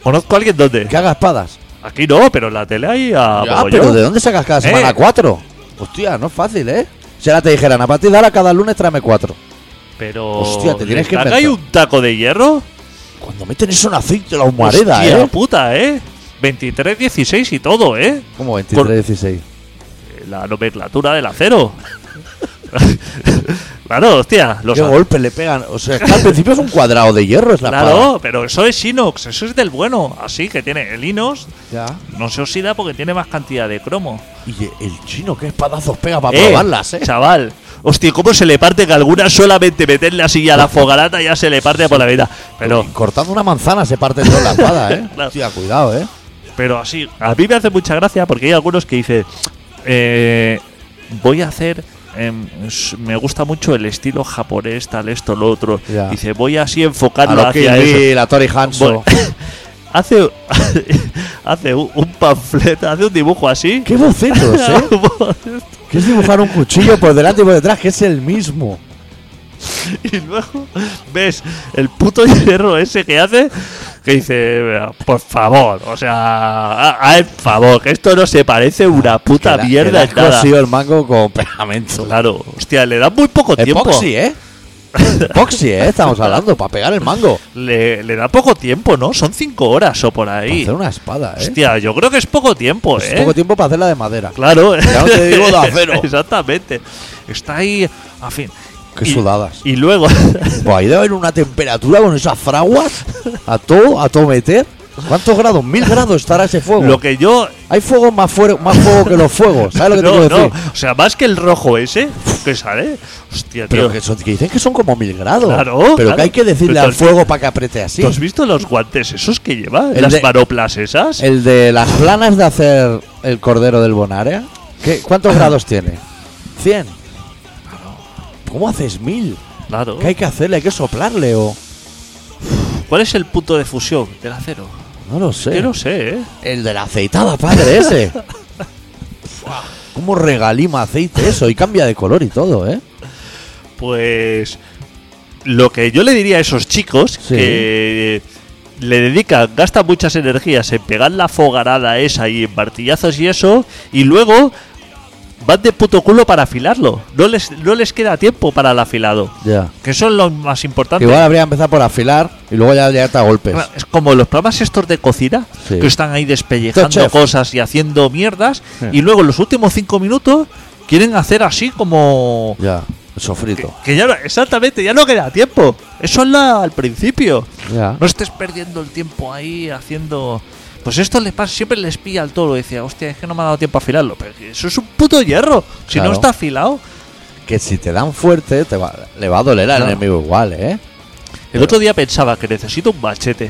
Conozco a alguien donde.
que haga espadas?
Aquí no, pero en la tele hay a
Ya,
mogollón.
pero ¿de dónde sacas cada semana
Ah, pues Eh.
cuatro? Hostia, no es fácil, ¿eh? Si ahora te dijeran, a partir de ahora cada lunes tráeme cuatro.
Pero
Hostia, te tienes
¿le
que
saca
inventar.
ahí un taco de hierro?
Cuando meten eso en aceite, la humareda,
Hostia
¿eh?
puta, ¿eh? 23, 16 y todo, ¿eh?
Como 23, 16.
La nomenclatura del acero. claro, hostia. Los
Qué
a-
golpe le pegan. O sea, es que al principio es un cuadrado de hierro, es la espada.
Claro, pero eso es inox, eso es del bueno. Así que tiene el inox,
Ya.
no se oxida porque tiene más cantidad de cromo.
Y e- el chino, qué espadazos pega para
Eh,
probarlas, ¿eh?
Chaval. Hostia, ¿cómo se le parte que alguna solamente meterle así a la fogarata ya se le parte por la vida? Pero,
Y cortando una manzana se parte toda la espada, ¿eh?
Claro.
Hostia, cuidado, ¿eh?
pero así, a mí me hace mucha gracia porque hay algunos que dicen, eh, voy a hacer, em, s- me gusta mucho el estilo japonés, tal, esto, lo otro.
Ya.
Dice, voy así
A
enfocando
lo que
hacia Ah, eso.
vi, la Tori Hanso.
Bueno, hace hace un, un panfleto, hace un dibujo así.
Qué bocetos, ¿eh? Que es dibujar un cuchillo por delante y por detrás, que es el mismo.
Y luego ves el puto hierro ese que hace que dice, "Vea, por favor, o sea, a- a- el favor, que esto no se parece una puta
Ah, Que la- que le
mierda
has
en nada.
cosido el mango con pegamento.
Claro, hostia, le da muy poco tiempo.
Epoxi, ¿eh? Epoxi, ¿eh? Estamos hablando, para pegar el mango.
Le, le da poco tiempo, ¿no? Son cinco horas o por
Para
ahí.
hacer una espada, ¿eh?
Hostia, yo creo que es poco tiempo,
Es
¿eh?
poco tiempo para hacerla de madera.
Claro.
Ya no te digo de acero.
Exactamente. Está ahí, a fin.
Qué
Y-
sudadas.
Y luego,
Pues ahí debe haber una temperatura con esas fraguas a todo, a todo meter. ¿Cuántos grados? Mil grados estará ese fuego.
lo que yo.
Hay fuego más, fuero- más fuego que los fuegos. ¿Sabes Ah, lo que te
No,
quiero
no,
decir?
o sea, más que el rojo ese que sale. Hostia, tío.
Pero que, son- que dicen que son como mil grados.
Claro,
Pero
claro.
que hay que decirle
Pero
al
tú has-
fuego para que apriete así.
¿Tú has visto los guantes esos que lleva?
El
Las
de-
manoplas esas.
El de las planas de hacer el cordero del Bonarea? ¿Qué, ¿Cuántos grados tiene? ¿Cien? ¿Cómo haces mil?
Claro.
¿Qué hay que hacerle? ¿Hay que soplarle o...?
¿Cuál es el punto de fusión del acero?
No lo sé.
Yo no sé, ¿eh?
El de la aceitada, padre, ese. ¿Cómo regalima aceite eso? Y cambia de color y todo, ¿eh?
Pues lo que yo le diría a esos chicos
Sí.
que le dedican, gastan muchas energías en pegar la fogarada esa y en martillazos y eso, y luego van de puto culo para afilarlo. No les, no les queda tiempo para el afilado.
Ya.
Que son los más importantes.
Igual habría empezado por afilar y luego ya ya te a golpes.
Claro, Es como los programas estos de cocina,
Pues- Sí.
que están ahí despellejando
Top Chef.
cosas y haciendo mierdas,
Sí.
y luego en los últimos cinco minutos quieren hacer así como...
Ya. Sofrito.
Que ya no- exactamente, ya no queda tiempo. Eso es la- al principio.
Ya.
No estés perdiendo el tiempo ahí haciendo... Pues esto les pasa, siempre les pilla al toro. Decía, hostia, es que no me ha dado tiempo a afilarlo. Pero que eso es un puto hierro. Si
Claro.
no está afilado.
Que si te dan fuerte, te va- le va a doler al
Claro.
enemigo igual, ¿eh?
El otro día pensaba que necesito un machete.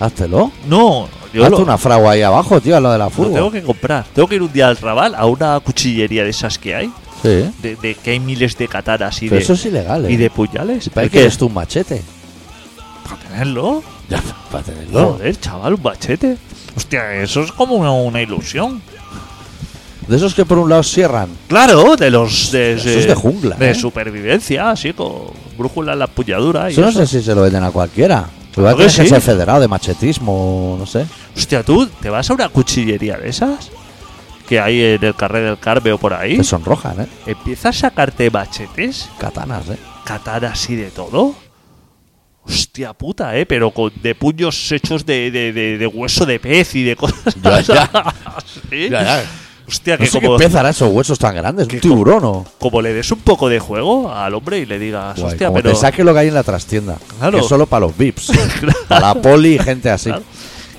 Háztelo.
No, yo
Hazte
lo-
una fragua ahí abajo, tío, a lo de la
Lo
furgo.
tengo que comprar. Tengo que ir un día al Raval a una cuchillería de esas que hay.
Sí.
De, de que hay miles de katanas y
Pero
de,
eso es ilegal, ¿eh?
y de puñales.
¿Para
¿El
qué quieres tú un machete?
¿Para tenerlo?
Ya, para tenerlo.
Joder, chaval, un machete. Hostia, eso es como una, una ilusión.
De esos que por un lado cierran.
Claro, de los. De,
Eso es de jungla,
De
¿eh?
supervivencia, así, con brújula en la puñadura. Y
Eso no
eso.
sé si se lo venden a cualquiera. Igual
Claro que
tienes que
sí.
ser federado de machetismo, no sé.
Hostia, tú, ¿te vas a una cuchillería de esas? Que hay en el carrer del Carme o por ahí.
Te sonrojan, ¿eh?
Empiezas a sacarte machetes.
Katanas, ¿eh?
katanas y de todo. Hostia puta, ¿eh? Pero con, de puños hechos de, de- de- de hueso de pez y de cosas
Ya, ya.
así.
Ya, ya.
Hostia,
No
que
sé qué
como,
empezará esos huesos tan grandes. Un tiburón o.
como le des un poco de juego al hombre y le digas,
Guay,
hostia,
como
pero...
te saque lo que hay en la trastienda.
Claro.
Que es solo para los VIPs. para la poli y gente así.
Claro.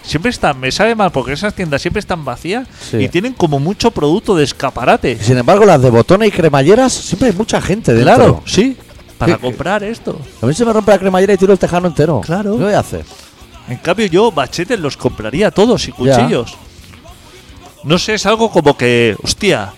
Siempre están, me sabe mal, porque esas tiendas siempre están vacías
Sí.
y tienen como mucho producto de escaparate.
Y Sin embargo, las de botones y cremalleras, siempre hay mucha gente dentro.
Claro, sí. Para
Sí.
comprar esto.
A mí se me rompe la cremallera y tiro el tejano entero.
Claro.
¿Qué voy a hacer?
En cambio, yo machetes los compraría todos y cuchillos. No sé, es algo como que, hostia,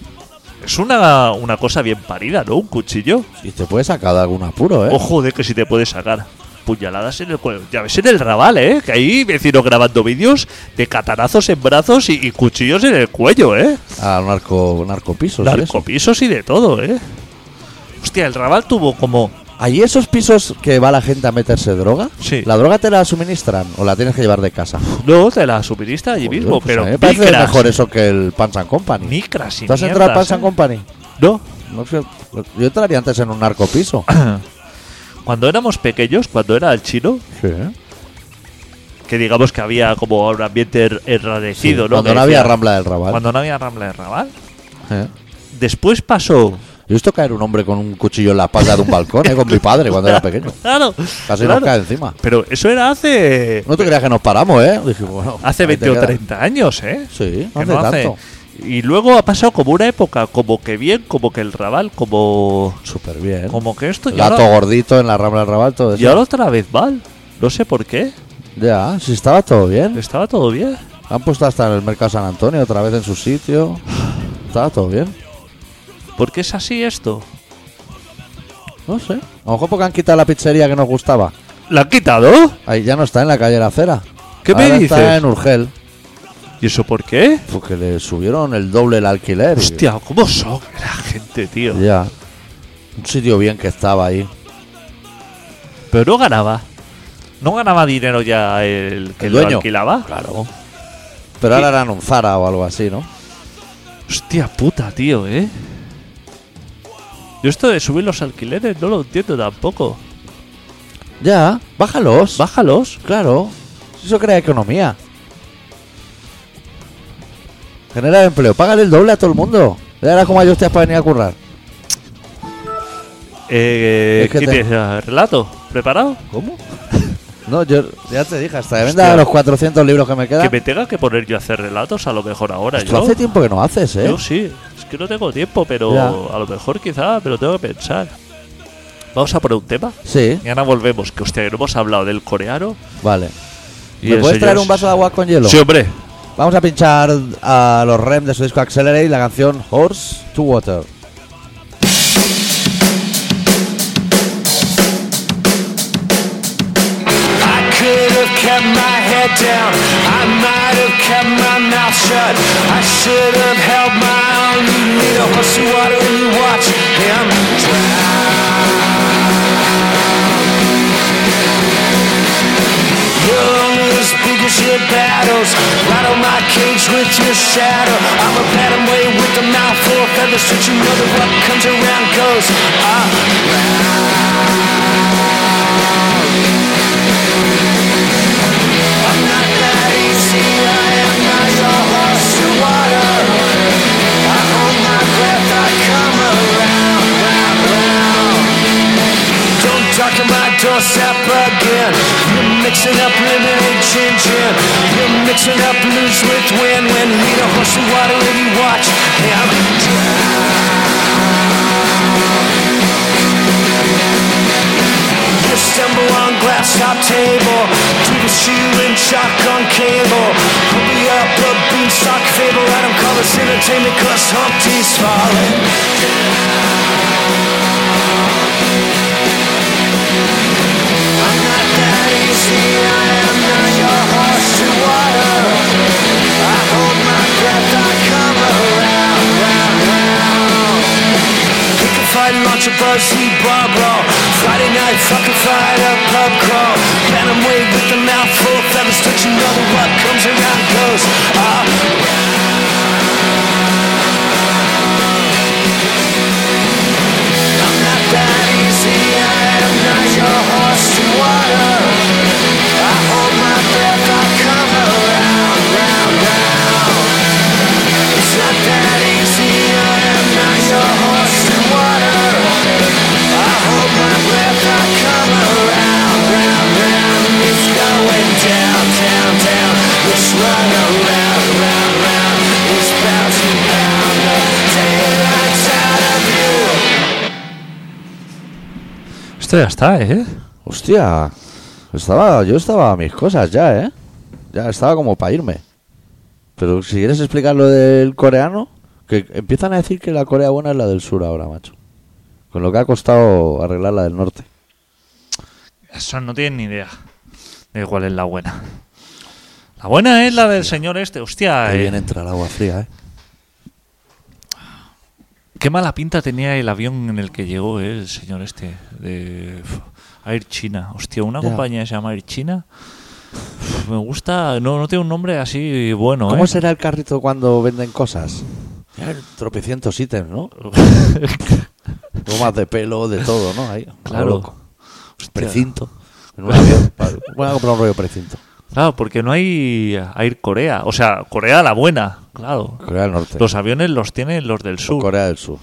es una, una cosa bien parida, ¿no? Un cuchillo.
Y te puedes sacar de algún apuro, ¿eh?
Ojo de que si te puedes sacar. Puñaladas en el cuello. Ya ves en el rabal, ¿eh? Que hay vecinos grabando vídeos de catanazos en brazos y, y cuchillos en el cuello, ¿eh?
A narco, narcopisos. y eso.
Narcopisos y de todo, ¿eh? Hostia, el rabal tuvo como.
¿Allí esos pisos que va la gente a meterse droga?
Sí.
¿La droga te la suministran o la tienes que llevar de casa?
No, de la subirista allí
Joder,
mismo,
pues
pero.
a mí me parece
micras,
mejor eso que el Pants and Company.
Micras y
¿Tú has entrado al
mierdas,
Pants and
¿eh?
Company?
No,
No sé, yo entraría antes en un narcopiso.
Ah, Cuando éramos pequeños, cuando era el chino,
Sí, ¿eh?
que digamos que había como un ambiente er- enrarecido, ¿no?
Cuando
Que
no había
decía-
Rambla del Raval.
Cuando no había Rambla de Raval.
¿eh?
Después pasó.
Yo he visto caer un hombre con un cuchillo en la espalda de un balcón ¿eh? con mi padre cuando era pequeño.
Claro.
Casi
claro.
nos cae encima.
Pero eso era hace.
No te creas que nos paramos, ¿eh? Dije, bueno,
Hace
ahí te
20 o
queda.
30 años, ¿eh?
Sí, no
Que
hace
no hace-
tanto.
Y luego ha pasado como una época, como que bien, como que el Raval, como.
Súper bien.
Como que esto. Y
Gato
ahora,
gordito en la Rambla del Raval, todo eso.
y ahora otra vez mal. No sé por qué.
Ya, si estaba todo bien.
Estaba todo bien.
Han puesto hasta el mercado San Antonio otra vez en su sitio. Estaba todo bien.
¿Por qué es así esto?
No sé. A lo mejor porque han quitado la pizzería que nos gustaba.
¿La han quitado?
Ahí ya no está en la calle de la acera.
¿Qué me
Ahora
dices?
Está en Urgel.
¿Y eso por qué?
Porque le subieron el doble el alquiler. y-
Hostia, ¿cómo son la gente, tío?
Ya. Un sitio bien que estaba ahí.
Pero no ganaba. No ganaba dinero ya el que
¿El
lo
dueño?
alquilaba.
Claro. Pero ahora eran un Zara o algo así, ¿no?
Hostia puta, tío, ¿eh? Yo esto de subir los alquileres no lo entiendo tampoco.
Ya. Bájalos.
Bájalos.
Claro. Eso crea economía. Genera empleo. Págale el doble a todo el mundo. Ya era como yo ustedes para venir a currar.
Eh,
Es que
¿qué
te-
tienes, eh, ¿Relato? ¿Preparado?
¿Cómo? No, yo ya te dije, hasta que
Hostia.
venda los 400 libros que me
Que
quedan.
me tenga que poner yo a hacer relatos a lo mejor ahora.
Ostras,
yo,
hace tiempo que no Pues haces, ¿eh?
yo sí. Es que no tengo tiempo, pero
Ya.
a lo mejor quizá me lo tengo que pensar. Vamos a por un tema.
Sí,
Y ahora volvemos, que hostia, que no hemos hablado del coreano.
vale.
Y
¿Me
el
puedes traer
señor-
un vaso de agua con hielo?
Sí, hombre.
Vamos a pinchar a los REM de su disco Accelerate la canción Horse to Water.
I could have kept my head down. I might have kept my mouth shut. I should have held my own. You need a horse of water and you watch him drown. You'll only as big as your battles. Rattle my cage with your shadow. I'm a pattern way with a mouth full of feathers. Don't you know that what comes around goes Uh, around? I'm not that easy. I am not your horse to water. I hold my breath. I come around, round, round. Don't talk to my doorstep again. You're mixing up lemonade, gin, gin. You're mixing up lose with win. When need a horse and water, and you watch him drown. You stumble on glass top table, to the shoe and shock on cable. Pull me up a beanstalk fable. I don't call this entertainment 'cause Humpty's falling. I'm not that easy. I am not your horse to water. I hold my breath. I come around, round, round. Pick a fight, launch a buzz, eat bar brawl. Friday night, fuck a fight, a pub crawl. Phantom wave with a mouth full of feathers. Don't you know that what comes around goes uh. around? I'm not that easy. I am not your horse to water. I hold my breath. I come around, round, round. It's not that easy. I am not your horse to water. I hold my breath. I come around, round, round. It's going down, down, down. It's run around, round, round. It's bouncing round. The daylight's out of you.
Esto ya está, ¿eh?
Hostia, estaba, yo estaba a mis cosas ya, ¿eh? Ya estaba como para irme. Pero si quieres explicar lo del coreano, que empiezan a decir que la Corea buena es la del sur ahora, macho. Con lo que ha costado arreglar la del norte.
Eso no tienen ni idea de cuál es la buena. La buena es la del señor este, hostia.
Ahí
eh.
bien entra el agua fría, ¿eh?
Qué mala pinta tenía el avión en el que llegó eh, el señor este de uf, Air China. Hostia, una
Ya.
compañía que se llama Air China. Uf, Me gusta, no, no tiene un nombre así bueno.
¿Cómo
eh.
será el carrito cuando venden cosas? Ya, Tropecientos ítems, ¿no? Tomas de pelo, de todo, ¿no? Ahí, a lo
Claro.
loco.
Hostia.
Precinto. En un avión. para- Voy a comprar un rollo precinto.
Claro, porque no hay Air Corea. O sea, Corea la buena, claro.
Corea del Norte.
Los aviones los tienen los del sur.
Corea del Sur.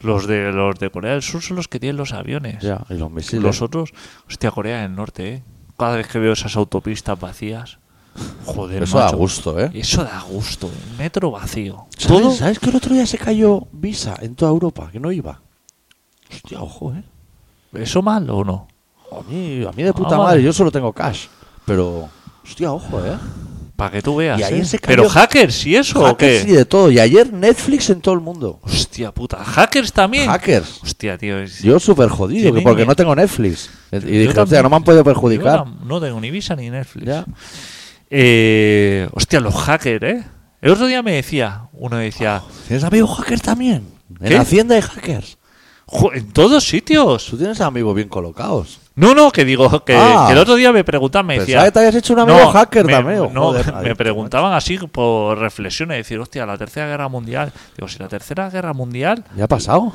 Los de los de Corea del Sur son los que tienen los aviones.
Ya, y los misiles.
Los otros, hostia, Corea del Norte, ¿eh? Cada vez que veo esas autopistas vacías, joder,
Eso da
macho.
gusto, ¿eh?
Eso da gusto. Metro vacío.
¿Sabes,
Todo.
sabes que el otro día se cayó Visa en toda Europa? Que no iba. Hostia, ojo, ¿eh?
¿Eso mal o no?
A mí, a mí de puta
Ah,
madre,
vale.
yo solo tengo cash. Pero, hostia, ojo, ¿eh?
Para que tú veas.
Y ayer
¿eh?
se cayó-
Pero hackers y eso o qué?
Hackers y de todo. Y ayer Netflix en todo el mundo.
Hostia puta. Hackers también.
Hackers.
Hostia, tío. es-
Yo súper jodido, que
Tienen
porque
que-
no tengo Netflix. Y dije,
también-
hostia, no me han podido
yo
perjudicar.
tam- no tengo ni Visa ni Netflix.
Ya.
Eh, hostia, los hackers, ¿eh? El otro día me decía, uno decía,
¿Tienes amigos hackers también? En
¿Qué?
Hacienda hay hackers.
"Jo, en todos sitios.
Tú tienes amigos bien colocados.
No, no, que digo, que,
Ah.
que el otro día me preguntaban, me
Pensaba
decía.
que te habías hecho un amigo
no,
hacker
me-
también.
No,
joder,
me
madre,
preguntaban así por reflexiones, decir, hostia, la tercera guerra mundial. Digo, si la tercera guerra mundial,
¿Ya ha pasado?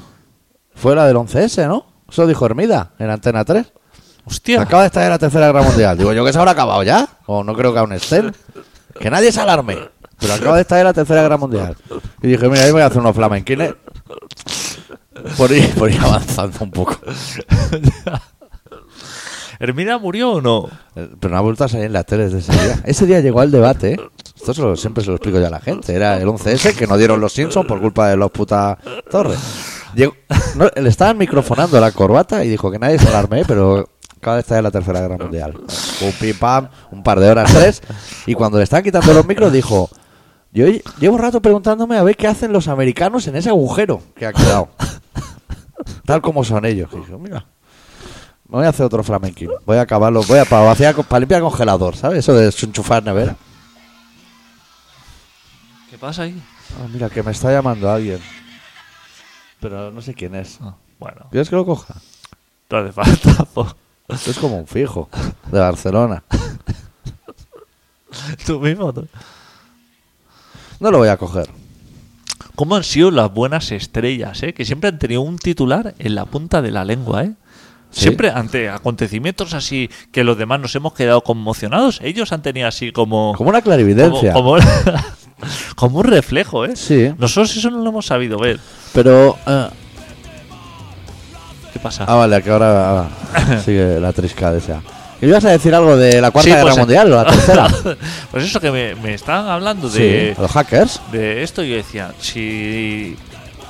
Fue la del 11S, ¿no? Eso dijo Hermida en Antena 3. Se
hostia.
Acaba de estallar la Tercera Guerra Mundial. Digo, yo que se habrá acabado ya. O no creo que aún estén. Que nadie se alarme. Pero acaba de estallar la Tercera Guerra Mundial. Y dije, mira, yo voy a hacer unos flamenquines. Por ir, por ir avanzando un poco.
¿Hermida murió o no?
Eh, Pero no ha vuelto a salir en las teles de ese día. Ese día llegó al debate. ¿eh? Esto se lo- siempre se lo explico yo a la gente. Era el 11S que no dieron los Simpsons por culpa de los putas torres. Llegó- no, le estaban microfonando la corbata y dijo que nadie se alarme, pero Acaba de estallar la Tercera Guerra Mundial. Un pim pam, un par de horas, tres. Y cuando le estaban quitando los micros, dijo: Yo lle- llevo rato preguntándome a ver qué hacen los americanos en ese agujero que ha quedado. Tal como son ellos. Y dije, mira. Me voy a hacer otro flamenquín. Voy a acabarlo. Voy a para, vaciar, para limpiar congelador, ¿sabes? Eso de enchufar nevera.
¿Qué pasa ahí?
Ah, mira, que me está llamando alguien. Pero no sé quién es.
Ah, bueno,
¿Quieres que lo coja?
no hace falta. po.
Esto es como un fijo de Barcelona.
Tú mismo. tú.
No lo voy a coger.
¿Cómo han sido las buenas estrellas, eh? Que siempre han tenido un titular en la punta de la lengua, eh.
Sí.
Siempre ante acontecimientos así que los demás nos hemos quedado conmocionados, ellos han tenido así como...
Como una
como,
clarividencia.
como, como un reflejo, ¿eh?
Sí.
Nosotros eso no lo hemos sabido ver.
Pero.
Ah.
eh,
¿Qué pasa?
ah, vale, que ahora ah, sigue la trisca de esa. ¿Y ibas a decir algo de la Cuarta
Sí, pues,
Guerra
eh,
Mundial o la Tercera?
pues eso que me, me estaban hablando
Ah. sí,
de,
los hackers.
de esto, yo decía, si,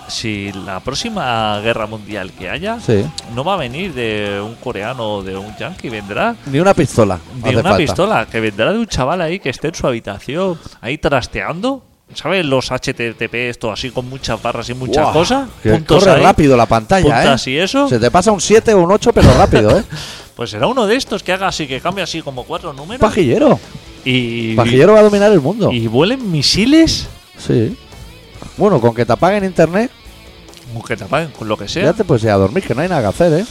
si la próxima guerra mundial que haya
Sí.
no va a venir de un coreano o de un yankee, vendrá
Ni una pistola.
de
hace
una
falta.
pistola, que vendrá de un chaval ahí que esté en su habitación, ahí trasteando. ¿Sabes los HTTP, esto así con muchas barras y muchas
Buah,
cosas?
que
puntos
corre
ahí,
rápido la pantalla,
puntas
¿eh?
y eso.
Se te pasa un 7 o un 8, pero rápido, ¿eh?
Pues será uno de estos que haga así, que cambie así como cuatro números.
Pajillero.
y,
Pajillero va a dominar el mundo.
y vuelen misiles.
Sí. Bueno, con que te apaguen internet, pues,
O que te apaguen con lo que sea.
ya te puedes ir a dormir, que no hay nada que hacer, ¿eh?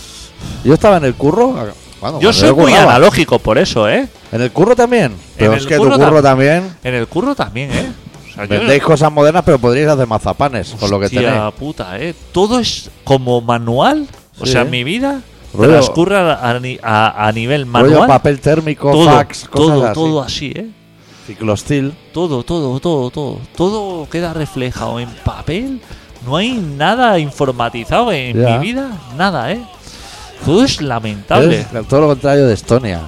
Yo estaba en el curro. a- bueno,
Yo
cuando
soy muy
curraba.
analógico por eso, ¿eh?
En el curro también. Pero
el
es que
curro
tu curro
tam-
también.
En el curro también, ¿eh? O sea, yo-
Vendéis cosas modernas, pero podríais hacer mazapanes con lo que
Hostia
tenéis.
puta, ¿eh? Todo es como manual. O
Sí,
sea,
¿eh?
mi vida
Rollo-
transcurre a, ni- a- a nivel
Rollo
manual.
papel térmico,
todo,
fax, cosas
todo,
así.
todo así, ¿eh?
Ciclostil.
Todo, todo, todo, todo. Todo queda reflejado en papel. No hay nada informatizado en
Ya.
mi vida, nada, ¿eh? Todo es lamentable.
Es todo lo contrario de Estonia.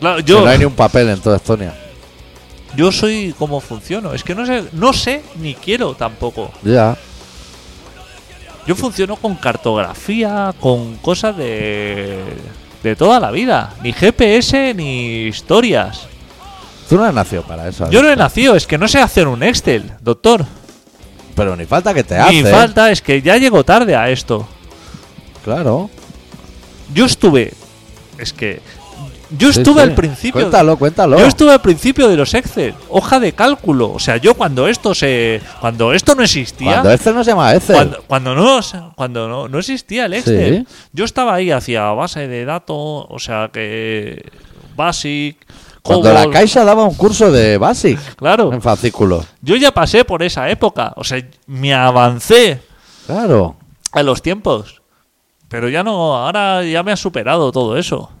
Claro,
que
yo,
no hay ni un papel en toda Estonia.
yo soy como funciono. Es que no sé, no sé ni quiero tampoco.
Ya.
Yo funciono con cartografía, con cosas de, de toda la vida. Ni GPS, ni historias.
Tú no has nacido para eso.
Yo
Alex.
no he nacido, es que no sé hacer un Excel, doctor.
Pero ni falta que te
Mi
hace. ¿eh?
falta es que ya llego tarde a esto.
Claro.
Yo estuve. Es que. Yo
Sí,
estuve
sí.
al principio.
Cuéntalo, cuéntalo.
Yo estuve al principio de los Excel, hoja de cálculo. O sea, yo cuando esto se. Cuando esto no existía.
Cuando este no se llama Excel.
Cuando, cuando no, cuando no, no existía el Excel. Yo estaba ahí hacia base de datos, o sea que Basic,
Cuando la
COBOL,
Caixa daba un curso de Basic
claro.
en fascículos.
Yo ya pasé por esa época, o sea, me avancé
Claro.
a los tiempos. Pero ya no, ahora ya me ha superado todo eso.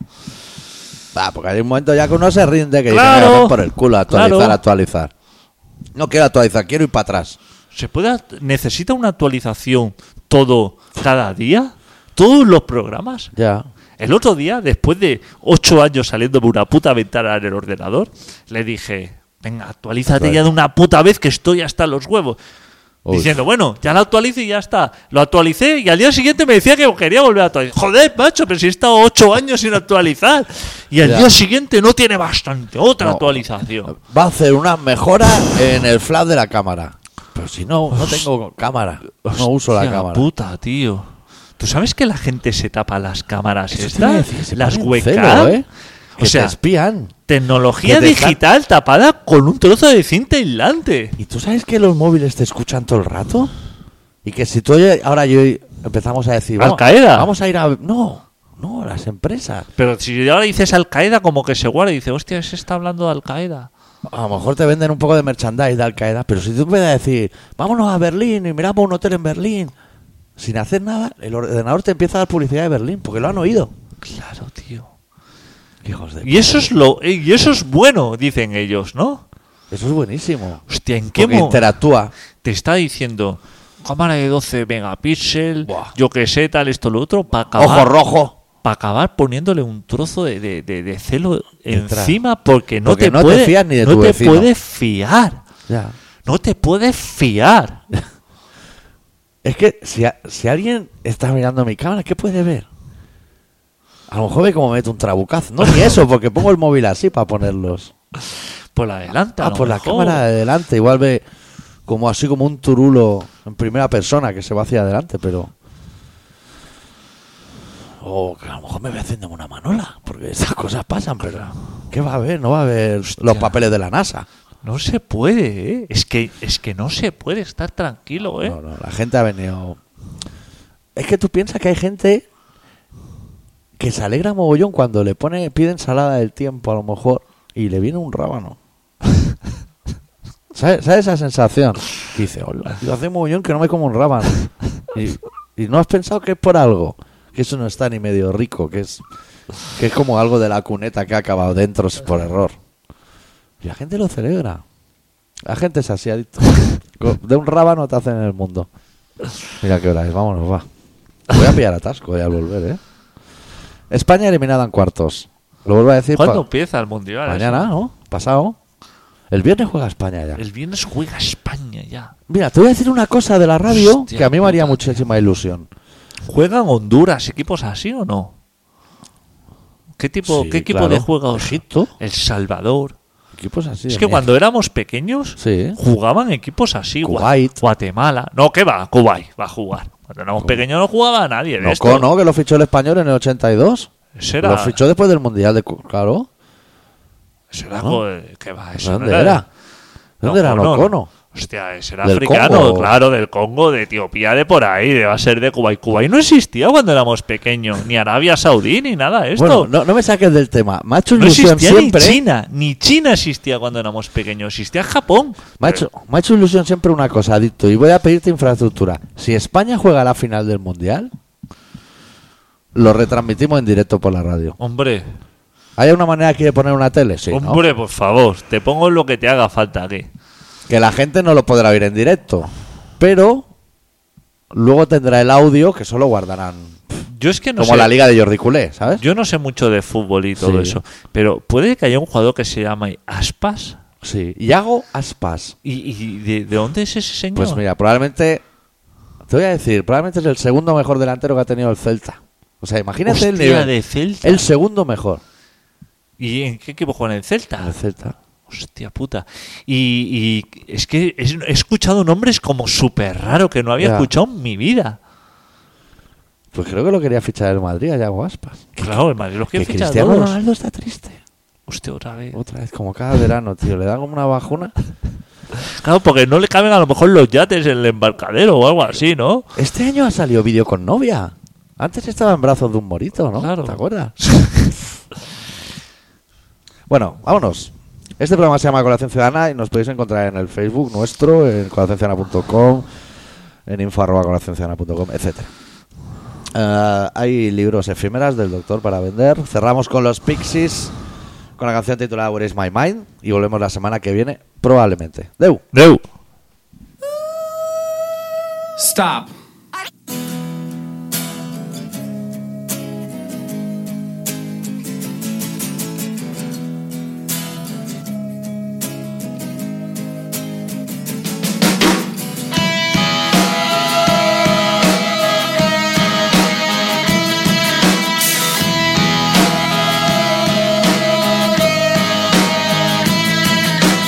Ah, porque hay un momento ya que uno se rinde que
Claro.
dice, "Me voy a dar por el culo actualizar,
Claro.
actualizar. No quiero actualizar, quiero ir para atrás.
¿Se puede act- necesita una actualización todo cada día? Todos los programas.
Ya.
El otro día, después de ocho años saliendo por una puta ventana en el ordenador, le dije, venga, actualízate
Vale.
ya de una puta vez que estoy hasta los huevos.
Uy.
Diciendo, bueno, ya la actualizo y ya está. Lo actualicé y al día siguiente me decía que quería volver a actualizar. Joder, macho, pero si he estado ocho años sin actualizar. Y al
Ya.
día siguiente no tiene bastante. Otra
No.
actualización.
Va a hacer unas mejoras en el flash de la cámara. Pero si no, no tengo cámara. No uso la
Hostia
cámara.
puta, tío. ¿Tú sabes que la gente se tapa las cámaras
Eso te
estas?
iba a decir, se
las
ponen
webcam.
celo, ¿eh?
O
Que
sea,
te espían.
Tecnología
Que te está-
digital tapada con un trozo de cinta aislante.
¿Y tú sabes que los móviles te escuchan todo el rato? Y que si tú oye- ahora yo empezamos a decir... vamos-
Al-Qaeda.
Vamos a ir a... No, no, las empresas.
Pero si ahora dices Al Qaeda, como que se guarda y dice, hostia, se está hablando de Al Qaeda.
A lo mejor te venden un poco de merchandise de Al-Qaeda, pero si tú empiezas a decir, vámonos a Berlín y miramos un hotel en Berlín, sin hacer nada, el ordenador te empieza a dar publicidad de Berlín, porque lo han oído.
Claro, tío.
Hijos de...
Y eso es lo eh, y eso es bueno, dicen ellos, ¿no?
Eso es buenísimo.
Hostia, ¿en qué
Porque
momento
interactúa.
te está diciendo cámara de 12 megapíxeles,
Buah.
yo que sé, tal, esto, lo otro, para
Ojo
acabar,
rojo.
para acabar poniéndole un trozo de, de- de- de celo
Detrás.
encima porque no
Porque
te
no te
puede,
fías ni de
no
tu
te
vecino.
puedes fiar.
Ya.
No te puedes fiar.
Es que si, a- si alguien está mirando mi cámara, ¿qué puede ver? A lo mejor ve cómo meto un trabucaz. No, ni eso, porque pongo el móvil así para ponerlos.
Por la delante. a
Ah,
lo
por la
mejor.
cámara de delante. Igual ve como así como un turulo en primera persona que se va hacia adelante, pero. O que a lo mejor me ve haciendo una manola, porque esas cosas pasan, pero. ¿Qué va a haber? No va a haber los papeles de la NASA.
No se puede, ¿eh? Es que, es que no se puede estar tranquilo, ¿eh?
No, no, la gente ha venido. Es que tú piensas que hay gente que se alegra mogollón cuando le pone, pide ensalada del tiempo a lo mejor y le viene un rábano. ¿Sabes ¿sabes esa sensación? Que dice, hola, yo hace mogollón que no me como un rábano. Y, y no has pensado que es por algo, que eso no está ni medio rico, que es, que es como algo de la cuneta que ha acabado dentro por error. Y la gente lo celebra. La gente es así, adicto. Co- De un rábano te hacen en el mundo. Mira qué hora es, vámonos, va. Voy a pillar atasco y al volver, ¿eh? España eliminada en cuartos. Lo vuelvo a decir.
¿Cuándo
pa-
empieza el mundial?
Mañana, ¿no? Pasado. El viernes juega España ya.
El viernes juega España ya.
Mira, te voy a decir una cosa de la radio
Hostia
que a mí me haría
puta,
muchísima ilusión.
¿Juegan Honduras equipos así o no? ¿Qué tipo,
Sí,
qué equipo
claro.
de juego?
Egipto.
El Salvador.
Equipos así.
es
de
que
mierda.
cuando éramos pequeños
Sí, ¿eh?
jugaban equipos así. Gua-
Kuwait.
Guatemala. No, ¿qué va? Kuwait va a jugar. Cuando éramos pequeños no jugaba nadie. de
No,
esto.
¿no? Que lo fichó el español en el 82.
Ese era-
Lo fichó después del Mundial de. Cu- Claro.
ese era
¿no?
go- ¿Qué va? Eso no
Pues, ¿Dónde era? ¿Dónde era
Locono,
Locono?
Hostia, ese era
Del
africano,
Congo.
claro, del Congo, de Etiopía, de por ahí, de, va a ser de Kuwait. Kuwait no existía cuando éramos pequeños, ni Arabia Saudí, ni nada de esto.
Bueno, no, no me saques del tema. Me ha hecho
No
ilusión
existía
siempre.
ni China, ni China existía cuando éramos pequeños, existía Japón.
Me ha, hecho, me ha hecho ilusión siempre una cosa, Adicto, y voy a pedirte infraestructura. Si España juega la final del Mundial, lo retransmitimos en directo por la radio.
Hombre,
¿Hay una manera aquí de poner una tele? Sí, ¿no?
hombre, por favor, te pongo lo que te haga falta aquí.
Que la gente no lo podrá oír en directo, pero luego tendrá el audio que solo guardarán.
Yo es que no
como
sé,
la liga de Jordi Culé, ¿sabes?
yo no sé mucho de fútbol y todo
Sí.
eso, pero puede que haya un jugador que se llame Aspas.
Sí. Yago Aspas.
¿Y, y de, de dónde es ese señor?
Pues mira, probablemente. Te voy a decir, probablemente es el segundo mejor delantero que ha tenido el Celta. O sea, imagínate el
Hostia,
nivel.
de Celta.
El segundo mejor.
¿Y en qué equipo juega? ¿En el Celta?
El Celta.
Hostia puta. Y, y es que es- he escuchado nombres como súper raro que no había
Ya.
escuchado en mi vida.
Pues creo que lo quería fichar el Madrid a Yago Aspas.
Claro, el Madrid los que
Que
ficha a
Cristiano
todos.
Ronaldo está triste.
Hostia, otra vez.
Otra vez, como cada verano, tío. Le da como una bajuna.
Claro, porque no le caben a lo mejor los yates en el embarcadero o algo así, ¿no?
Este año ha salido vídeo con novia. Antes estaba en brazos de un morito, ¿no?
Claro.
¿Te acuerdas? bueno, vámonos. Este programa se llama Colación Ciudadana y nos podéis encontrar en el Facebook nuestro, en colacionciudadana.com, en info arroba colacionciudadana.com, etc. Eh, hay libros efímeras del doctor para vender. Cerramos con los Pixies, con la canción titulada Where is My Mind y volvemos la semana que viene, probablemente. Deu.
Deu.
Stop.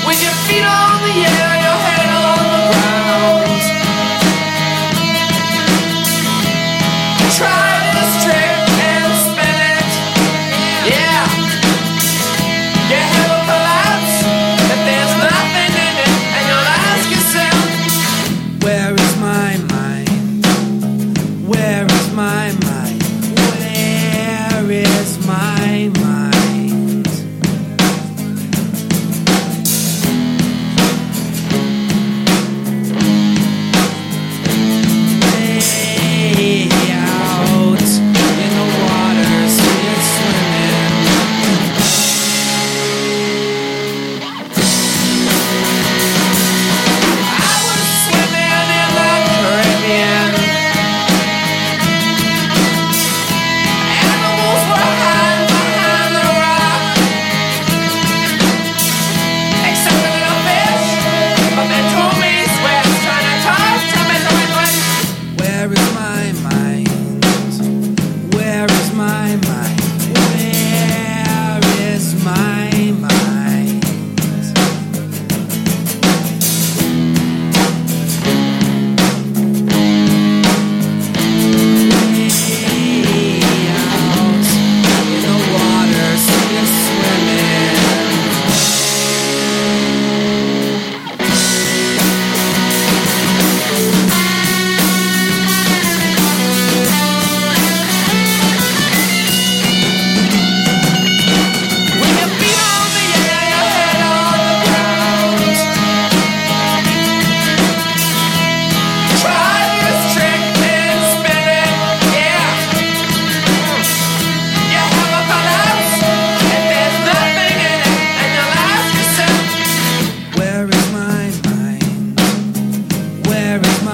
With your feet on the air, your head on the ground. there is